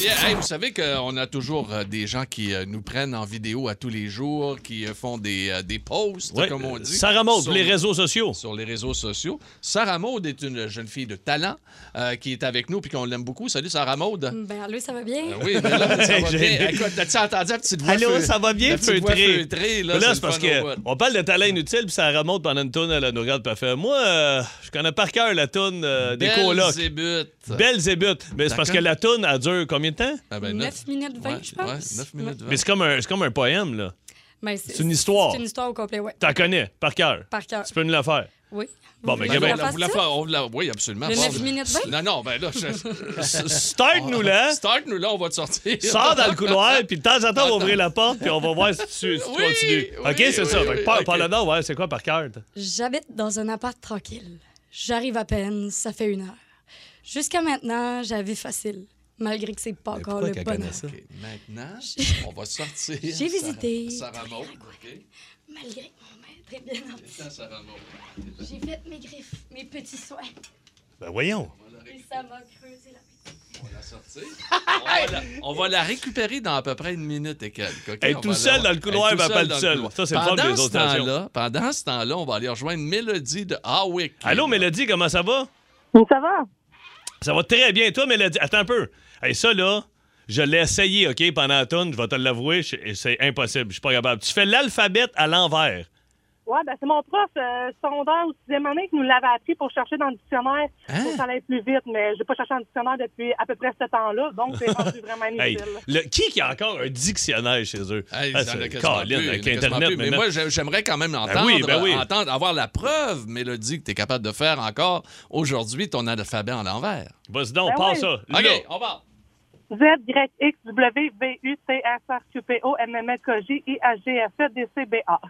Speaker 1: Et, hey, vous savez qu'on a toujours euh, des gens qui euh, nous prennent en vidéo à tous les jours, qui euh, font des, euh, des posts,
Speaker 2: Ouais, euh,
Speaker 1: comme on dit.
Speaker 2: Sarah Maud,
Speaker 1: sur
Speaker 2: les réseaux sociaux.
Speaker 1: sur les réseaux sociaux. Sarah Maud est une jeune fille de talent euh, qui est avec nous puis qu'on l'aime beaucoup. Salut Sarah Maud.
Speaker 9: Ben, lui, ça va bien.
Speaker 1: Euh, Oui, mais
Speaker 9: [LAUGHS]
Speaker 1: là, ça va
Speaker 2: J'ai-
Speaker 1: bien. Écoute, t'as-tu entendu la petite voix
Speaker 2: Allô,
Speaker 1: feu-
Speaker 2: ça va bien,
Speaker 1: la petite voix
Speaker 2: feutré?
Speaker 1: feutrée, là,
Speaker 2: Là,
Speaker 1: c'est
Speaker 2: c'est
Speaker 1: le
Speaker 2: parce
Speaker 1: fun au
Speaker 2: que
Speaker 1: bout.
Speaker 2: on parle de talent inutile, puis ça remonte pendant une toune, elle nous regarde, puis elle fait Moi, euh, je connais par cœur la toune euh, des colocs.
Speaker 1: Belzébuth.
Speaker 2: Belles et buttes. Mais c'est parce que
Speaker 1: D'accord.
Speaker 2: la toune, elle dure combien de temps?
Speaker 1: Ah ben,
Speaker 9: 9,
Speaker 1: neuf-
Speaker 9: minutes 20,
Speaker 1: ouais,
Speaker 9: je pense.
Speaker 1: ouais, 9 minutes 20.
Speaker 2: Mais c'est comme, un, c'est comme un poème, là.
Speaker 9: Ben,
Speaker 2: C'est une histoire.
Speaker 9: C'est une histoire au complet, ouais.
Speaker 2: T'en connais, par cœur.
Speaker 9: Par cœur.
Speaker 2: Tu peux nous la faire.
Speaker 9: Oui.
Speaker 2: Bon, ben,
Speaker 9: Vous
Speaker 1: Ben,
Speaker 9: voulez
Speaker 2: Gabin,
Speaker 9: qu'on
Speaker 1: on
Speaker 9: fasse
Speaker 1: voulait
Speaker 9: ça?
Speaker 1: faire- on voulait- oui, absolument.
Speaker 9: Le
Speaker 1: Bon,
Speaker 9: neuf
Speaker 1: je-
Speaker 9: minutes vingt?
Speaker 1: Non, non, ben là,
Speaker 2: [LAUGHS]
Speaker 1: je-
Speaker 2: Start nous là.
Speaker 1: start nous là, on va te sortir.
Speaker 2: Sors dans le couloir, puis de temps en temps, on va ouvrir la porte, puis on va voir si tu, si tu
Speaker 1: Oui,
Speaker 2: continues.
Speaker 1: oui,
Speaker 2: OK, c'est
Speaker 1: oui,
Speaker 2: ça.
Speaker 1: oui,
Speaker 2: Fait que par-
Speaker 1: OK.
Speaker 2: par le nom, ouais, c'est quoi par carte?
Speaker 9: J'habite dans un appart tranquille. J'arrive à peine, ça fait une heure. Jusqu'à maintenant, j'avais facile, malgré que c'est pas encore le bonheur.
Speaker 1: [LAUGHS] OK, maintenant, on va sortir.
Speaker 9: J'ai visité.
Speaker 1: Sarah Maud, OK?
Speaker 9: Malgré que mon maître est bien gentil,
Speaker 1: Attends, Sarah Maud.
Speaker 9: j'ai fait mes griffes, mes petits soins,
Speaker 2: Ben voyons.
Speaker 9: et ça m'a creusé la
Speaker 1: On va la sortir. On va la- On va la récupérer dans à peu près une minute et quelques. ok?
Speaker 2: Elle est
Speaker 1: On
Speaker 2: tout
Speaker 1: va la-
Speaker 2: seul dans le couloir,
Speaker 1: Elle est
Speaker 2: mais elle parle
Speaker 1: dans
Speaker 2: tout seul.
Speaker 1: couloir.
Speaker 2: Ça, c'est le fun
Speaker 1: Pendant
Speaker 2: des autres
Speaker 1: ce
Speaker 2: stations.
Speaker 1: temps-là- Pendant ce temps-là, on va aller rejoindre Mélodie de Howick.
Speaker 2: Allô, Mélodie, comment ça va?
Speaker 7: Ça va?
Speaker 2: Ça va très bien. Toi, Mélodie, attends un peu. Hey, ça, là, je l'ai essayé, OK, pendant la tourne, je vais te l'avouer, je- c'est impossible, je suis pas capable. Tu fais l'alphabet à l'envers.
Speaker 7: Ouais, ben c'est mon prof euh, secondaire ou sixième année qui nous l'avait appris pour chercher dans le dictionnaire
Speaker 1: Hein?
Speaker 7: pour que ça allait plus vite, mais j'ai pas cherché dans le dictionnaire depuis à peu près ce temps-là, donc
Speaker 2: [LAUGHS]
Speaker 7: c'est rendu vraiment
Speaker 2: Hey,
Speaker 7: inutile.
Speaker 2: le, qui qui a encore un dictionnaire chez eux?
Speaker 1: Hey,
Speaker 2: Ah,
Speaker 1: il y en a
Speaker 2: c'est-
Speaker 1: quasiment
Speaker 2: Colin,
Speaker 1: plus, il y en a
Speaker 2: avec
Speaker 1: quasiment
Speaker 2: Internet,
Speaker 1: plus. mais
Speaker 2: maintenant.
Speaker 1: moi, j'ai- j'aimerais quand même entendre,
Speaker 2: oui, ben oui.
Speaker 1: entendre, avoir la preuve, Mélodie, que tu es capable de faire encore aujourd'hui ton alphabet en l'envers.
Speaker 2: Vas-y donc,
Speaker 7: Ben
Speaker 2: passe
Speaker 7: oui.
Speaker 2: ça. Là.
Speaker 1: OK, on part.
Speaker 7: Z, Y, X, W, V, U, T, S, R, Q, P, O, M, M, L, K, J, I, H, G, F, E, D, C, B, A.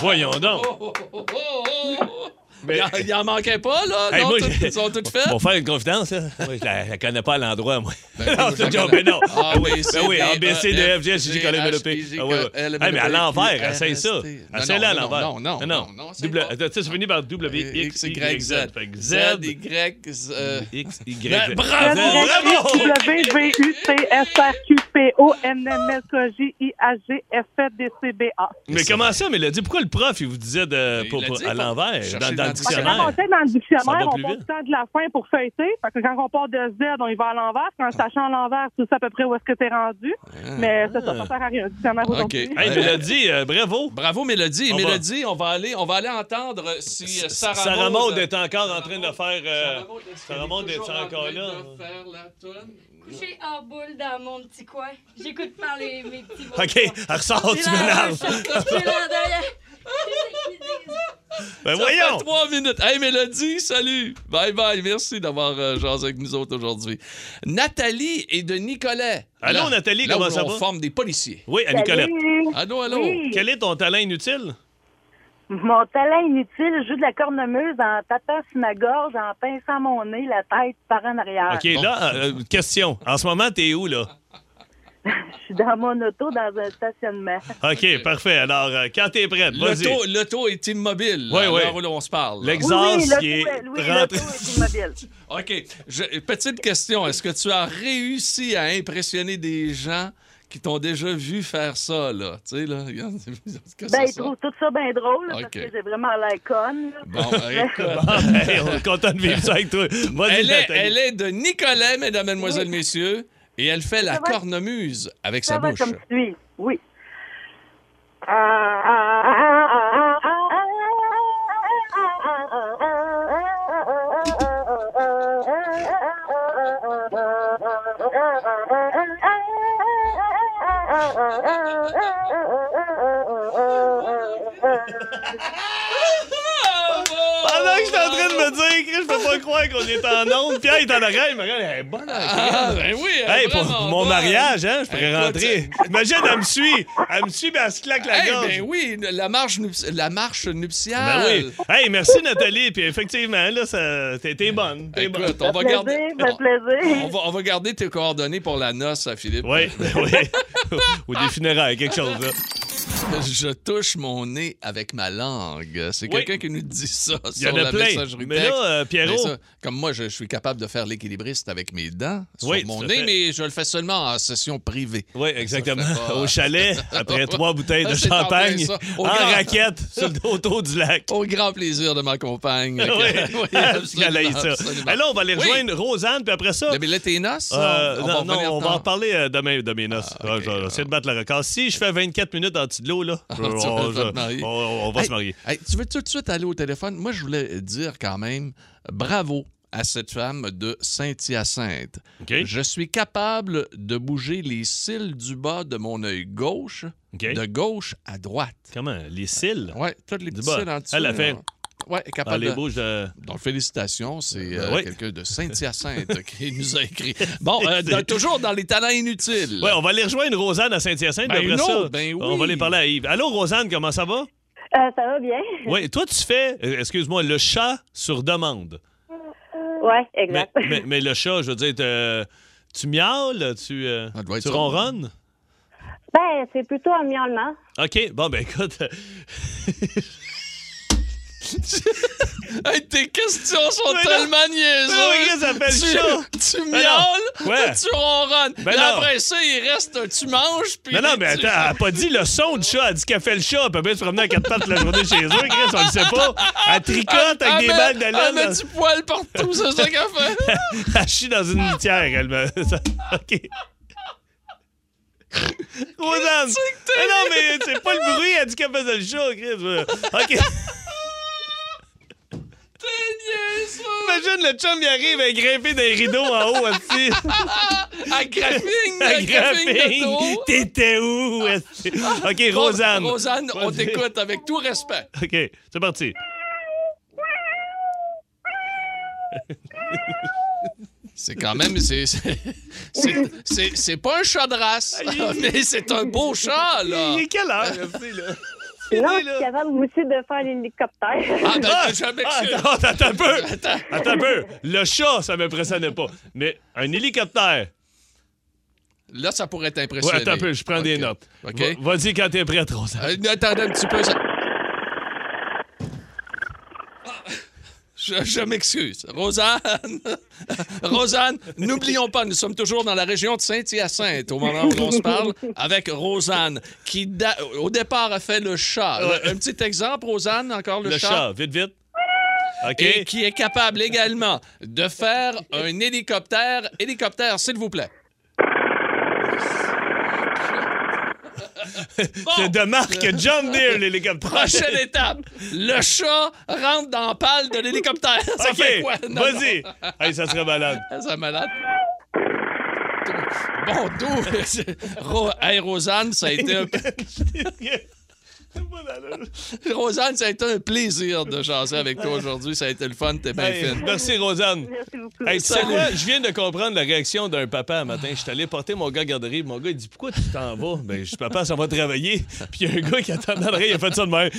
Speaker 2: Voyons donc.
Speaker 1: Oh, oh, oh, oh, oh.
Speaker 2: Mais-
Speaker 1: Il en- Il en manquait pas, là?
Speaker 2: Hey,
Speaker 1: non,
Speaker 2: moi,
Speaker 1: tout-
Speaker 2: j'ai-
Speaker 1: ils sont
Speaker 2: [LAUGHS]
Speaker 1: toutes faites?
Speaker 2: Pour faire une confidence, là. Moi, je la, la connais pas à l'endroit, moi.
Speaker 1: Ben,
Speaker 2: non,
Speaker 1: moi, je
Speaker 2: c'est
Speaker 1: la
Speaker 2: John,
Speaker 1: connais.
Speaker 2: mais non.
Speaker 1: A,
Speaker 2: Ah oui,
Speaker 1: B, C,
Speaker 2: ben oui,
Speaker 1: D,
Speaker 2: A, B, C, D,
Speaker 1: E,
Speaker 2: F, G, H, J,
Speaker 1: G,
Speaker 2: K, L, M, N,
Speaker 1: H,
Speaker 2: O,
Speaker 1: I,
Speaker 2: P.
Speaker 1: J,
Speaker 2: Ah oui, oui.
Speaker 1: K, L, M,
Speaker 2: Hey, mais à
Speaker 1: N, O, P, Q,
Speaker 2: l'envers,
Speaker 1: R,
Speaker 2: essaye
Speaker 1: S,
Speaker 2: ça.
Speaker 1: T. Non,
Speaker 2: Essaye-la à
Speaker 1: non,
Speaker 2: l'envers.
Speaker 1: non, non, non, non, c'est
Speaker 2: Double-
Speaker 1: pas- Euh,
Speaker 2: Attends, ça finit par W, X, Y, Z. Fait que Z,
Speaker 1: Z, Y, Z. euh,
Speaker 2: X, Y,
Speaker 1: Ben,
Speaker 2: Z.
Speaker 1: bravo,
Speaker 7: Z, Y, X,
Speaker 2: Ah, bravo!
Speaker 7: W, V, U, T, S, R, Q, P, O, M, M, L, K, J, I, H, G, F, E, D, C, B, A.
Speaker 2: Mais comment ça, Mélodie? Pourquoi le prof, il vous disait de,
Speaker 1: Ben, Il
Speaker 2: pour-
Speaker 1: l'a
Speaker 2: pour-
Speaker 1: dit,
Speaker 2: à
Speaker 1: pour
Speaker 2: l'envers,
Speaker 1: chercher
Speaker 2: dans, dans
Speaker 1: dans
Speaker 2: le
Speaker 1: le
Speaker 2: dictionnaire?
Speaker 7: Quand on sait dans le
Speaker 2: Ça
Speaker 7: dictionnaire,
Speaker 2: va
Speaker 7: on
Speaker 2: plus
Speaker 7: passe
Speaker 2: vite.
Speaker 7: le temps de la fin pour feuilleter. Fait que quand on part de Z, on y va à l'envers.
Speaker 2: Ah.
Speaker 7: Quand en sachant à l'envers, tu sais à peu près où est-ce que t'es rendu. Mais ça, ça ne sert à rien. Le dictionnaire aujourd'hui.
Speaker 1: OK.
Speaker 2: Hey, Mélodie, euh, bravo!
Speaker 1: Bravo, Mélodie. Et
Speaker 2: On va-
Speaker 1: Mélodie, on va aller, on va aller entendre si euh, Sarah,
Speaker 2: Sarah
Speaker 1: Maud-
Speaker 2: Maud est encore en train de faire... euh,
Speaker 1: Sarah Maud, est-ce
Speaker 2: Sarah
Speaker 1: qu'elle est toujours en
Speaker 2: Maud est encore
Speaker 1: train
Speaker 2: là?
Speaker 1: de faire la toune?
Speaker 9: Couché en boule dans mon petit coin, j'écoute parler mes petits mots.
Speaker 2: [LAUGHS] OK, elle ressort,
Speaker 9: J'ai
Speaker 2: tu
Speaker 9: l'air d'un
Speaker 2: m'énerves!
Speaker 9: chat, j'ai l'air derrière.
Speaker 2: Ben
Speaker 1: Ça fait
Speaker 2: voyons!
Speaker 1: trois minutes. Hey, Mélodie, salut. Bye bye. Merci d'avoir euh, jasé avec nous autres aujourd'hui. Nathalie et de Nicolas.
Speaker 2: Allô,
Speaker 1: Là-
Speaker 2: Nathalie,
Speaker 1: là
Speaker 2: comment
Speaker 1: où
Speaker 2: ça
Speaker 1: on
Speaker 2: va?
Speaker 1: forme des policiers.
Speaker 2: Oui, à Nicolette.
Speaker 1: Allô, allô.
Speaker 10: Oui.
Speaker 2: Quel est ton talent inutile?
Speaker 10: Mon talent inutile, je joue de la cornemuse en tapant sur ma gorge, en pinçant mon nez, la tête par en arrière.
Speaker 2: OK, là, euh, euh, question. En ce moment, t'es où, là?
Speaker 10: Je suis dans mon auto dans un stationnement.
Speaker 2: OK, parfait. Alors, euh, quand t'es prête, vas-y.
Speaker 1: L'auto, l'auto est immobile.
Speaker 2: Oui,
Speaker 1: à
Speaker 2: oui.
Speaker 1: l'heure où on se parle. là.
Speaker 2: L'exhaust
Speaker 10: l'auto
Speaker 2: qui est
Speaker 10: est- oui, l'auto
Speaker 2: rentré...
Speaker 10: est
Speaker 2: [LAUGHS]
Speaker 10: immobile.
Speaker 1: OK. Je- petite question. Est-ce que tu as réussi à impressionner des gens qui t'ont déjà vu faire ça, là? Tu sais, là, [LAUGHS] regarde. que
Speaker 10: Ben,
Speaker 1: c'est
Speaker 10: ils
Speaker 1: ça.
Speaker 10: trouvent tout ça bien drôle, là,
Speaker 1: OK.
Speaker 10: parce que j'ai vraiment l'air conne. là.
Speaker 1: Bon, ben,
Speaker 10: [LAUGHS]
Speaker 1: écoute.
Speaker 2: Ah, hey, on est content de vivre ça avec toi. Vas-y,
Speaker 1: Elle est,
Speaker 2: Nathalie.
Speaker 1: elle est de Nicolas, mesdames, mesdemoiselles, messieurs, et elle fait la
Speaker 10: Ça va-
Speaker 1: cornemuse avec
Speaker 10: Ça
Speaker 1: sa
Speaker 10: va
Speaker 1: bouche.
Speaker 10: comme suit, oui. Ah, ah, ah, ah, ah, ah, ah,
Speaker 1: Ah,
Speaker 2: Pendant que j'étais en train de me dire, Chris, je peux pas croire qu'on est en onde. Pierre est en arrière, il me regarde, elle est bonne. hein?
Speaker 1: Ah, ben oui! elle est
Speaker 2: Hey, pour
Speaker 1: vraiment
Speaker 2: mon
Speaker 1: bonne.
Speaker 2: mariage, hein, je pourrais
Speaker 1: Écoute,
Speaker 2: rentrer. Imagine, elle me suit. Elle me suit, puis elle se claque la
Speaker 1: Hey,
Speaker 2: gorge.
Speaker 1: ben oui, la marche, nup- la marche nuptiale.
Speaker 2: Ben oui. Hey, merci Nathalie. Puis effectivement, là, ça- t'es t'es bonne. T'es bonne.
Speaker 1: Écoute, on va
Speaker 10: Plaisir,
Speaker 1: garder.
Speaker 10: fait
Speaker 2: Ah.
Speaker 10: plaisir.
Speaker 1: On va, on va garder tes coordonnées pour la noce à Philippe.
Speaker 2: [LAUGHS] Oui, ben oui. Ou des funérailles, quelque chose. Là.
Speaker 1: Je touche mon nez avec ma langue. C'est
Speaker 2: Oui.
Speaker 1: quelqu'un qui nous dit ça
Speaker 2: Il y en
Speaker 1: sur
Speaker 2: a
Speaker 1: la
Speaker 2: plein.
Speaker 1: messagerie
Speaker 2: Mais
Speaker 1: texte.
Speaker 2: là, euh,
Speaker 1: Mais
Speaker 2: Pierrot,
Speaker 1: ça, comme moi, je, je suis capable de faire l'équilibriste avec mes dents sur
Speaker 2: Oui,
Speaker 1: mon
Speaker 2: tout à
Speaker 1: nez,
Speaker 2: fait.
Speaker 1: mais je le fais seulement en session privée.
Speaker 2: oui, exactement.
Speaker 1: Ça, c'est pas-
Speaker 2: Au chalet, après trois bouteilles
Speaker 1: [LAUGHS]
Speaker 2: de
Speaker 1: C'est en plein
Speaker 2: champagne,
Speaker 1: ça.
Speaker 2: en
Speaker 1: Au grand-
Speaker 2: raquette, sur le autour du lac.
Speaker 1: Au grand plaisir de ma compagne.
Speaker 2: [LAUGHS] Oui,
Speaker 1: Oui,
Speaker 2: parce qu'elle a eu ça.
Speaker 1: absolument.
Speaker 2: Hey, là, on va aller
Speaker 1: Oui.
Speaker 2: rejoindre Rosanne, puis après ça.
Speaker 1: Mais là, t'es noces?
Speaker 2: euh,
Speaker 1: on,
Speaker 2: non, non,
Speaker 1: revenir
Speaker 2: on
Speaker 1: tard.
Speaker 2: va en reparler euh, demain de mes noces.
Speaker 1: Ah, ok.
Speaker 2: Ouais, je vais essayer de battre le record. Si je fais 24 minutes en dessous de l'eau,
Speaker 1: [LAUGHS]
Speaker 2: là,
Speaker 1: Tu
Speaker 2: on,
Speaker 1: vas te marier.
Speaker 2: on- on va
Speaker 1: Hey,
Speaker 2: se marier.
Speaker 1: hey, tu veux tout de suite aller au téléphone? Moi, je voulais dire quand même bravo à cette femme de Saint-Hyacinthe.
Speaker 2: OK?
Speaker 1: Je suis capable de bouger les cils du bas de mon œil gauche,
Speaker 2: OK?
Speaker 1: de gauche à droite.
Speaker 2: Comment? Les cils?
Speaker 1: Ouais, toutes les
Speaker 2: Du
Speaker 1: petits
Speaker 2: bas.
Speaker 1: cils en dessous.
Speaker 2: Elle a fait-
Speaker 1: là. ouais, est capable
Speaker 2: Dans les
Speaker 1: de-
Speaker 2: Bouches
Speaker 1: Donc, félicitations, c'est euh,
Speaker 2: oui.
Speaker 1: quelqu'un de
Speaker 2: [LAUGHS]
Speaker 1: Saint-Hyacinthe qui nous a écrit. Bon, euh, dans- toujours dans les talents inutiles.
Speaker 2: Ouais, on va aller rejoindre Rosanne à Saint-Hyacinthe.
Speaker 1: Ben,
Speaker 2: puis après
Speaker 1: une
Speaker 2: ça,
Speaker 1: autre, ben oui.
Speaker 2: on va aller parler à Yves. Allô, Rosanne, comment ça va?
Speaker 11: Euh, ça va
Speaker 1: [LAUGHS]
Speaker 11: bien?
Speaker 2: Oui, toi, tu fais, euh, excuse-moi, le chat sur demande.
Speaker 11: Ouais,
Speaker 2: Mais,
Speaker 11: exact.
Speaker 2: mais- mais le chat, je veux dire, te- tu miaules, tu, euh, tu
Speaker 1: ça.
Speaker 2: ronronnes?
Speaker 11: Ben, c'est plutôt un miaulement.
Speaker 2: OK, bon, ben écoute. euh,
Speaker 1: [LAUGHS] Hey, tes questions sont
Speaker 3: Mais non.
Speaker 1: tellement
Speaker 3: Mais oui,
Speaker 1: niaiseuses.
Speaker 3: ça s'appelle
Speaker 1: tu,
Speaker 3: chat.
Speaker 1: tu
Speaker 3: Mais non.
Speaker 1: miaules,
Speaker 2: Ouais.
Speaker 1: tu ronronnes. Là,
Speaker 2: Ben non. Ben
Speaker 1: après ça, il reste, euh, tu manges. Puis
Speaker 2: Non, non, mais
Speaker 1: tu-
Speaker 2: attends, elle a pas dit le son du chat. Elle a dit qu'elle fait le chat. Elle peut bien se promener à quatre pattes la journée chez eux, Chris, on le sait pas. Elle tricote
Speaker 1: Elle
Speaker 2: avec des
Speaker 1: met-
Speaker 2: balles de laine.
Speaker 1: Elle met ben,
Speaker 2: dans-
Speaker 1: ah, du poil partout, c'est ça qu'elle fait.
Speaker 2: [LAUGHS]
Speaker 1: Ah,
Speaker 2: Elle chie dans une litière, elle me. [LAUGHS] ça- OK. Rosanne! Ah non, mais c'est pas le bruit, elle dit qu'elle faisait le chat, Chris. Euh, OK. Imagine le chum, il arrive à grimper des rideaux en haut, aussi.
Speaker 1: [LAUGHS] À graphing,
Speaker 2: À
Speaker 1: à graphing de
Speaker 2: grapping.
Speaker 1: dos.
Speaker 2: T'étais où, esti? OK,
Speaker 1: Ro-
Speaker 2: Rosanne.
Speaker 1: Rosanne, on t'écoute avec tout respect.
Speaker 2: OK, c'est parti.
Speaker 1: C'est quand même. c'est- c'est- C'est c'est- c'est pas un chat de race, [LAUGHS] mais c'est un beau chat, là.
Speaker 11: Il est
Speaker 2: quelle
Speaker 1: Ah,
Speaker 2: heure, Ah,
Speaker 11: là? Non, je suis capable aussi de faire l'hélicoptère. [LAUGHS]
Speaker 1: Ah, ben,
Speaker 2: Ah!
Speaker 1: je
Speaker 2: Ah,
Speaker 1: m'excuse.
Speaker 2: attends, attends
Speaker 1: [LAUGHS]
Speaker 2: un peu. Attends un peu. Le chat, ça m'impressionnait pas. Mais un hélicoptère.
Speaker 1: Là, ça pourrait
Speaker 2: Ouais,
Speaker 1: t'impressionner.
Speaker 2: attends un peu, je prends des notes.
Speaker 1: OK.
Speaker 2: Va- Vas-y quand t'es prête, Rosanne.
Speaker 1: Euh, attendez un petit peu. ça- Je, je m'excuse. Rosanne, [LAUGHS] Rosanne, n'oublions pas, nous sommes toujours dans la région de Saint-Hyacinthe au moment où on se parle avec Rosanne, qui da- au départ a fait le chat.
Speaker 2: Ouais.
Speaker 1: Un petit exemple, Rosanne, encore le,
Speaker 2: Le chat, vite, vite. OK.
Speaker 1: Et qui est capable également de faire un hélicoptère. Hélicoptère, s'il vous plaît.
Speaker 2: [LAUGHS] C'est de marque John Deere, l'hélicoptère.
Speaker 1: Prochaine [LAUGHS] étape. Le chat rentre dans la palle de l'hélicoptère. [LAUGHS] Ça
Speaker 2: [LAUGHS] OK,
Speaker 1: fait quoi? Non,
Speaker 2: vas-y. Hey, ça serait malade.
Speaker 1: non. Ça malade. Bon, d'où? [LAUGHS] Ro- Hey, Rosanne, ça a été un... [LAUGHS]
Speaker 2: [LAUGHS]
Speaker 1: Rosanne, ça a été un plaisir de jaser avec toi aujourd'hui. Ça a été le fun. T'es bien
Speaker 2: Hey,
Speaker 1: fine.
Speaker 2: merci, Rosanne.
Speaker 11: Merci beaucoup.
Speaker 2: Hey, tu sais
Speaker 1: Salut.
Speaker 2: quoi? Je viens de comprendre la réaction d'un papa un matin. Je suis allé porter mon gars à la garderie. Mon gars, il dit Pourquoi tu t'en vas? Ben, je dis Papa, ça va travailler. Puis il y a un gars qui attend dans le rail, il a fait ça de même.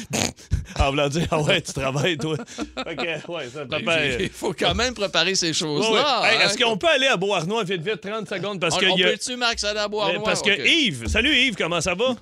Speaker 2: En voulant dire Ah ouais, tu travailles, toi. OK, ouais, ça, papa.
Speaker 1: Ben,
Speaker 2: euh,
Speaker 1: Il faut quand même préparer ces
Speaker 2: ouais, ouais.
Speaker 1: choses-là.
Speaker 2: Hey,
Speaker 1: hein.
Speaker 2: Est-ce qu'on peut aller à Beauharnois vite, vite, 30 secondes? Parce
Speaker 1: On-
Speaker 2: que
Speaker 1: on
Speaker 2: il y a-
Speaker 1: peut-tu, Max, aller à boire
Speaker 2: Mais Parce que Yves, salut Yves, comment ça va?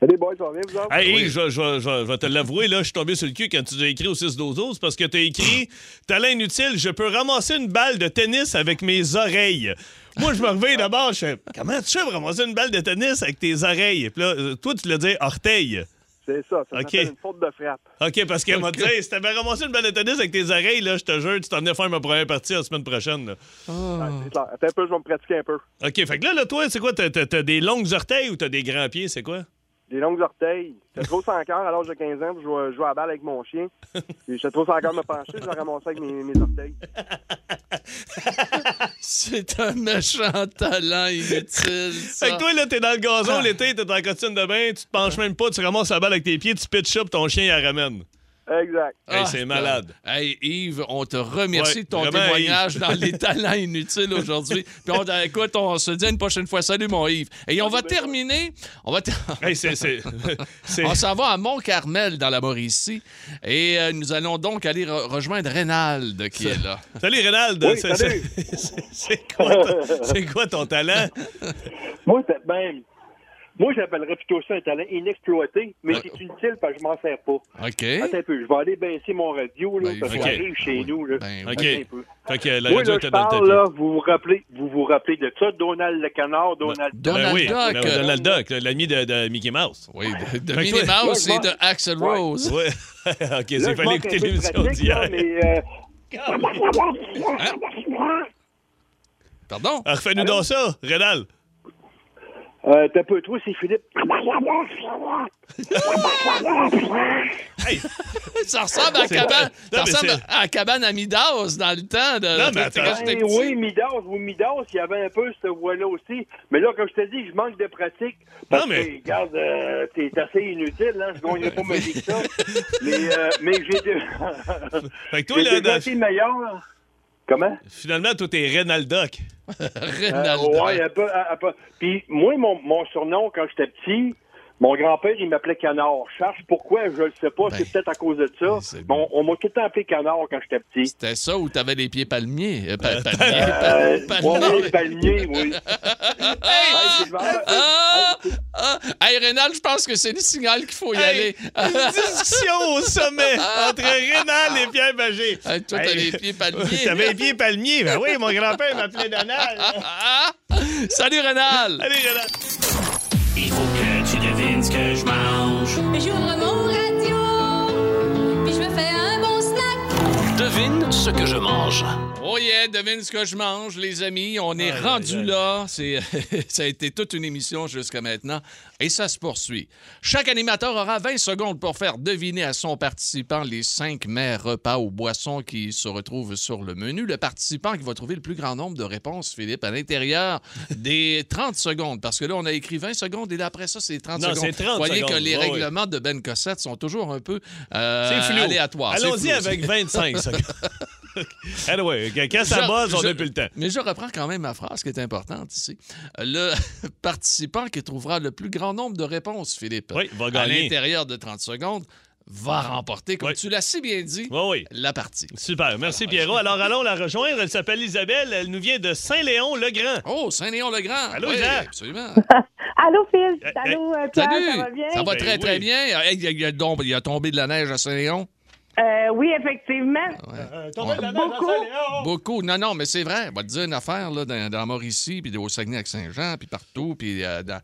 Speaker 12: Salut, boys, ça va bien, vous autres?
Speaker 2: Hey, Yves, je, je- je- je vais te l'avouer, là, je suis tombé sur le cul quand tu as écrit au 6 12 parce que tu as écrit Talent inutile, je peux ramasser une balle de tennis avec mes oreilles. Moi, je me réveille d'abord, je fais Comment tu fais pour ramasser une balle de tennis avec tes oreilles? Puis là, euh, toi, tu l'as dit orteil.
Speaker 12: C'est ça, ça
Speaker 2: OK.
Speaker 12: s'appelle une faute de frappe.
Speaker 2: OK, parce qu'elle m'a dit Hey, si t'avais ramassé une balle de tennis avec tes oreilles, là, je te jure, tu t'en venais faire ma première partie la semaine prochaine. là.
Speaker 12: Ouais, Ah, c'est clair. Attends un peu, je vais me pratiquer un peu.
Speaker 2: OK, fait que là, là toi, c'est quoi? T'as, t'as- t'as des longues orteils ou t'as des grands pieds? C'est quoi?
Speaker 12: Des longues orteils. J'étais trop sans cœur à l'âge de 15 ans, puis je jouais, je jouais à la balle avec mon
Speaker 2: [LAUGHS]
Speaker 12: chien. Puis J'étais trop sans cœur de me pencher, je l'ai ramassé avec mes, mes orteils.
Speaker 1: C'est un méchant talent inutile. ça. Ah.
Speaker 2: Fait que toi, là, t'es dans le gazon l'été, t'es en costume de bain, tu te penches même pas, tu ramasses la balle avec tes pieds, tu pitches up, ton chien, il la ramène.
Speaker 12: Exact.
Speaker 2: Hey,
Speaker 1: Ah,
Speaker 2: c'est malade.
Speaker 1: Hey, Yves, on te remercie
Speaker 2: Ouais,
Speaker 1: de ton
Speaker 2: vraiment,
Speaker 1: témoignage
Speaker 2: Yves.
Speaker 1: dans les talents inutiles
Speaker 2: [LAUGHS]
Speaker 1: aujourd'hui. Puis on, eh, écoute, on se dit à une prochaine fois. Salut, mon Yves. Et
Speaker 2: Ah,
Speaker 1: on va terminer. On va
Speaker 2: [LAUGHS]
Speaker 1: ter-
Speaker 2: Hey,
Speaker 1: [LAUGHS]
Speaker 2: c'est- c'est- c'est-
Speaker 1: On s'en va à Mont-Carmel, dans la Mauricie. Et euh, nous allons donc aller re- rejoindre Reynald, qui est
Speaker 2: [LAUGHS]
Speaker 1: là.
Speaker 2: Salut, Rénald.
Speaker 1: Oui,
Speaker 2: C'est-
Speaker 1: salut.
Speaker 2: c'est- [LAUGHS] c'est- C'est quoi, ton- c'est quoi ton talent?
Speaker 13: Moi, c'est ben, moi, j'appellerais plutôt ça un talent inexploité, mais
Speaker 1: Ah.
Speaker 13: c'est inutile parce que je m'en sers pas.
Speaker 2: Ah,
Speaker 1: OK.
Speaker 13: Attends un peu, je vais aller baisser mon radio, là,
Speaker 1: Ben,
Speaker 13: parce
Speaker 2: Eh? OK. Ben,
Speaker 13: que j'arrive chez nous, là.
Speaker 2: OK.
Speaker 13: Attends un peu.
Speaker 2: Fait que euh, la
Speaker 13: Moi,
Speaker 2: radio
Speaker 13: là,
Speaker 2: était
Speaker 13: je
Speaker 2: dans le
Speaker 13: parle,
Speaker 2: tapis.
Speaker 13: là, vous vous rappelez, vous vous rappelez de ça, Donald le canard, Donald
Speaker 1: Ben Donald
Speaker 2: oui,
Speaker 1: Duck.
Speaker 2: ben oui, Donald Duck, l'ami de, de
Speaker 1: [LAUGHS]
Speaker 2: Mickey Mouse.
Speaker 1: Oui, de
Speaker 2: Fait que
Speaker 1: Minnie
Speaker 2: toi-
Speaker 1: Mouse et de Axel Rose.
Speaker 2: Ouais. [LAUGHS] OK,
Speaker 13: Là,
Speaker 2: c'est
Speaker 13: je
Speaker 2: fallait
Speaker 13: manque un
Speaker 2: écouter
Speaker 13: peu de
Speaker 2: l'émission
Speaker 13: pratique, là,
Speaker 2: d'hier. Hein?
Speaker 13: mais, euh,
Speaker 1: Pardon?
Speaker 2: Ah, Refais-nous donc ça, Rénal.
Speaker 13: Euh, T'as peu, toi, c'est
Speaker 2: [LAUGHS]
Speaker 13: Philippe.
Speaker 1: Ça ressemble à
Speaker 2: [LAUGHS]
Speaker 13: C'est
Speaker 1: cabane,
Speaker 13: vrai. Non,
Speaker 1: ça
Speaker 13: mais
Speaker 1: ressemble
Speaker 13: c'est-
Speaker 1: à cabane à Midas dans le temps. De, quand j'étais
Speaker 13: Ben
Speaker 1: petit.
Speaker 13: oui, Midas, oui, Midas, il y avait un peu ce voix-là aussi. Mais là, comme je te dis, je manque de pratique. Parce
Speaker 2: Non, mais-
Speaker 13: que, regarde, euh, t'es assez inutile, hein. Je gagnerais pas ma vie que ça. Mais, euh, mais j'ai de... [LAUGHS]
Speaker 2: Fait que toi,
Speaker 13: j'ai
Speaker 2: là,
Speaker 13: déjà
Speaker 2: dans-
Speaker 13: été meilleur. hein. Comment?
Speaker 2: Finalement, toi, t'es Reynaldoc.
Speaker 13: Euh, ouais, un peu, un- un peu. Puis moi, mon, mon surnom, quand j'étais petit, mon grand-père, il m'appelait Canard. Charge, pourquoi, je le sais pas. C'est peut-être à cause de ça. Mais on, on m'a tout le temps appelé Canard quand j'étais petit.
Speaker 1: C'était ça où t'avais les pieds palmiers. Euh, pa- palmiers,
Speaker 13: Euh,
Speaker 1: pa-
Speaker 13: ouais,
Speaker 1: palmiers.
Speaker 13: oui, palmier, oui.
Speaker 1: Ah! Ah! Hey, Rénal, je pense que c'est le signal qu'il faut y aller. Ah!
Speaker 2: Une discussion au sommet entre Rénal et Pierre Bagé.
Speaker 1: toi, t'as les
Speaker 2: [LAUGHS]
Speaker 1: pieds palmiers. Ah!
Speaker 2: T'avais les pieds palmiers. Ben oui, mon grand-père m'appelait Donald.
Speaker 1: Ah! Salut, Rénal.
Speaker 2: Salut, Rénal.
Speaker 3: Il faut que tu devines ce que je mange.
Speaker 14: J'ouvre mon radio, puis je me fais un bon snack.
Speaker 6: Devine ce que je mange.
Speaker 1: Oh yeah, devine ce que je mange, les amis. On est rendu là. C'est, [LAUGHS] ça a été toute une émission jusqu'à maintenant et ça se poursuit. Chaque animateur aura 20 secondes pour faire deviner à son participant les cinq mets, repas ou boissons qui se retrouvent sur le menu. Le participant qui va trouver le plus grand nombre de réponses, Philippe, à
Speaker 2: [LAUGHS]
Speaker 1: l'intérieur des 30 secondes. Parce que là, on a écrit 20 secondes et là, après ça, c'est 30
Speaker 2: Non,
Speaker 1: secondes.
Speaker 2: c'est 30
Speaker 1: Voyez que
Speaker 2: secondes, Ah
Speaker 1: les
Speaker 2: oui, oui.
Speaker 1: règlements de Ben Cossette sont toujours un peu euh,
Speaker 2: C'est flou.
Speaker 1: aléatoires. C'est
Speaker 2: Allons-y
Speaker 1: flou. [LAUGHS]
Speaker 2: avec 25 secondes. [LAUGHS] anyway, quand ça
Speaker 1: Je-
Speaker 2: buzz, on
Speaker 1: je-
Speaker 2: n'a plus le temps.
Speaker 1: Mais je reprends quand même ma phrase qui est importante ici. Le [LAUGHS] participant qui trouvera le plus grand nombre de réponses, Philippe,
Speaker 2: Oui, va
Speaker 1: à
Speaker 2: gagner. Ah.
Speaker 1: l'intérieur de 30 secondes, va remporter, comme tu l'as si bien dit, la partie.
Speaker 2: Super.
Speaker 1: Ah,
Speaker 2: Merci, Pierrot. Alors, allons la rejoindre. Elle s'appelle Isabelle. Elle nous vient de Saint-Léon-le-Grand.
Speaker 1: Oh, Saint-Léon-le-Grand.
Speaker 2: Allô,
Speaker 1: Oui,
Speaker 2: Isabelle.
Speaker 1: absolument.
Speaker 11: Allô, Phil.
Speaker 2: hey.
Speaker 11: Allô, euh, Pierre,
Speaker 1: Salut!
Speaker 11: ça va bien?
Speaker 2: Ben
Speaker 1: Ça va très, très bien. Hey, Il y a- il y a donc- il y a tombé de la neige à Saint-Léon.
Speaker 11: Euh, oui, effectivement.
Speaker 1: Ah Oh, Beaucoup. Non, non, mais c'est vrai. On va te dire une affaire là, dans, dans Mauricie, puis au Saguenay-Lac-Saint-Jean, puis partout, puis euh, dans,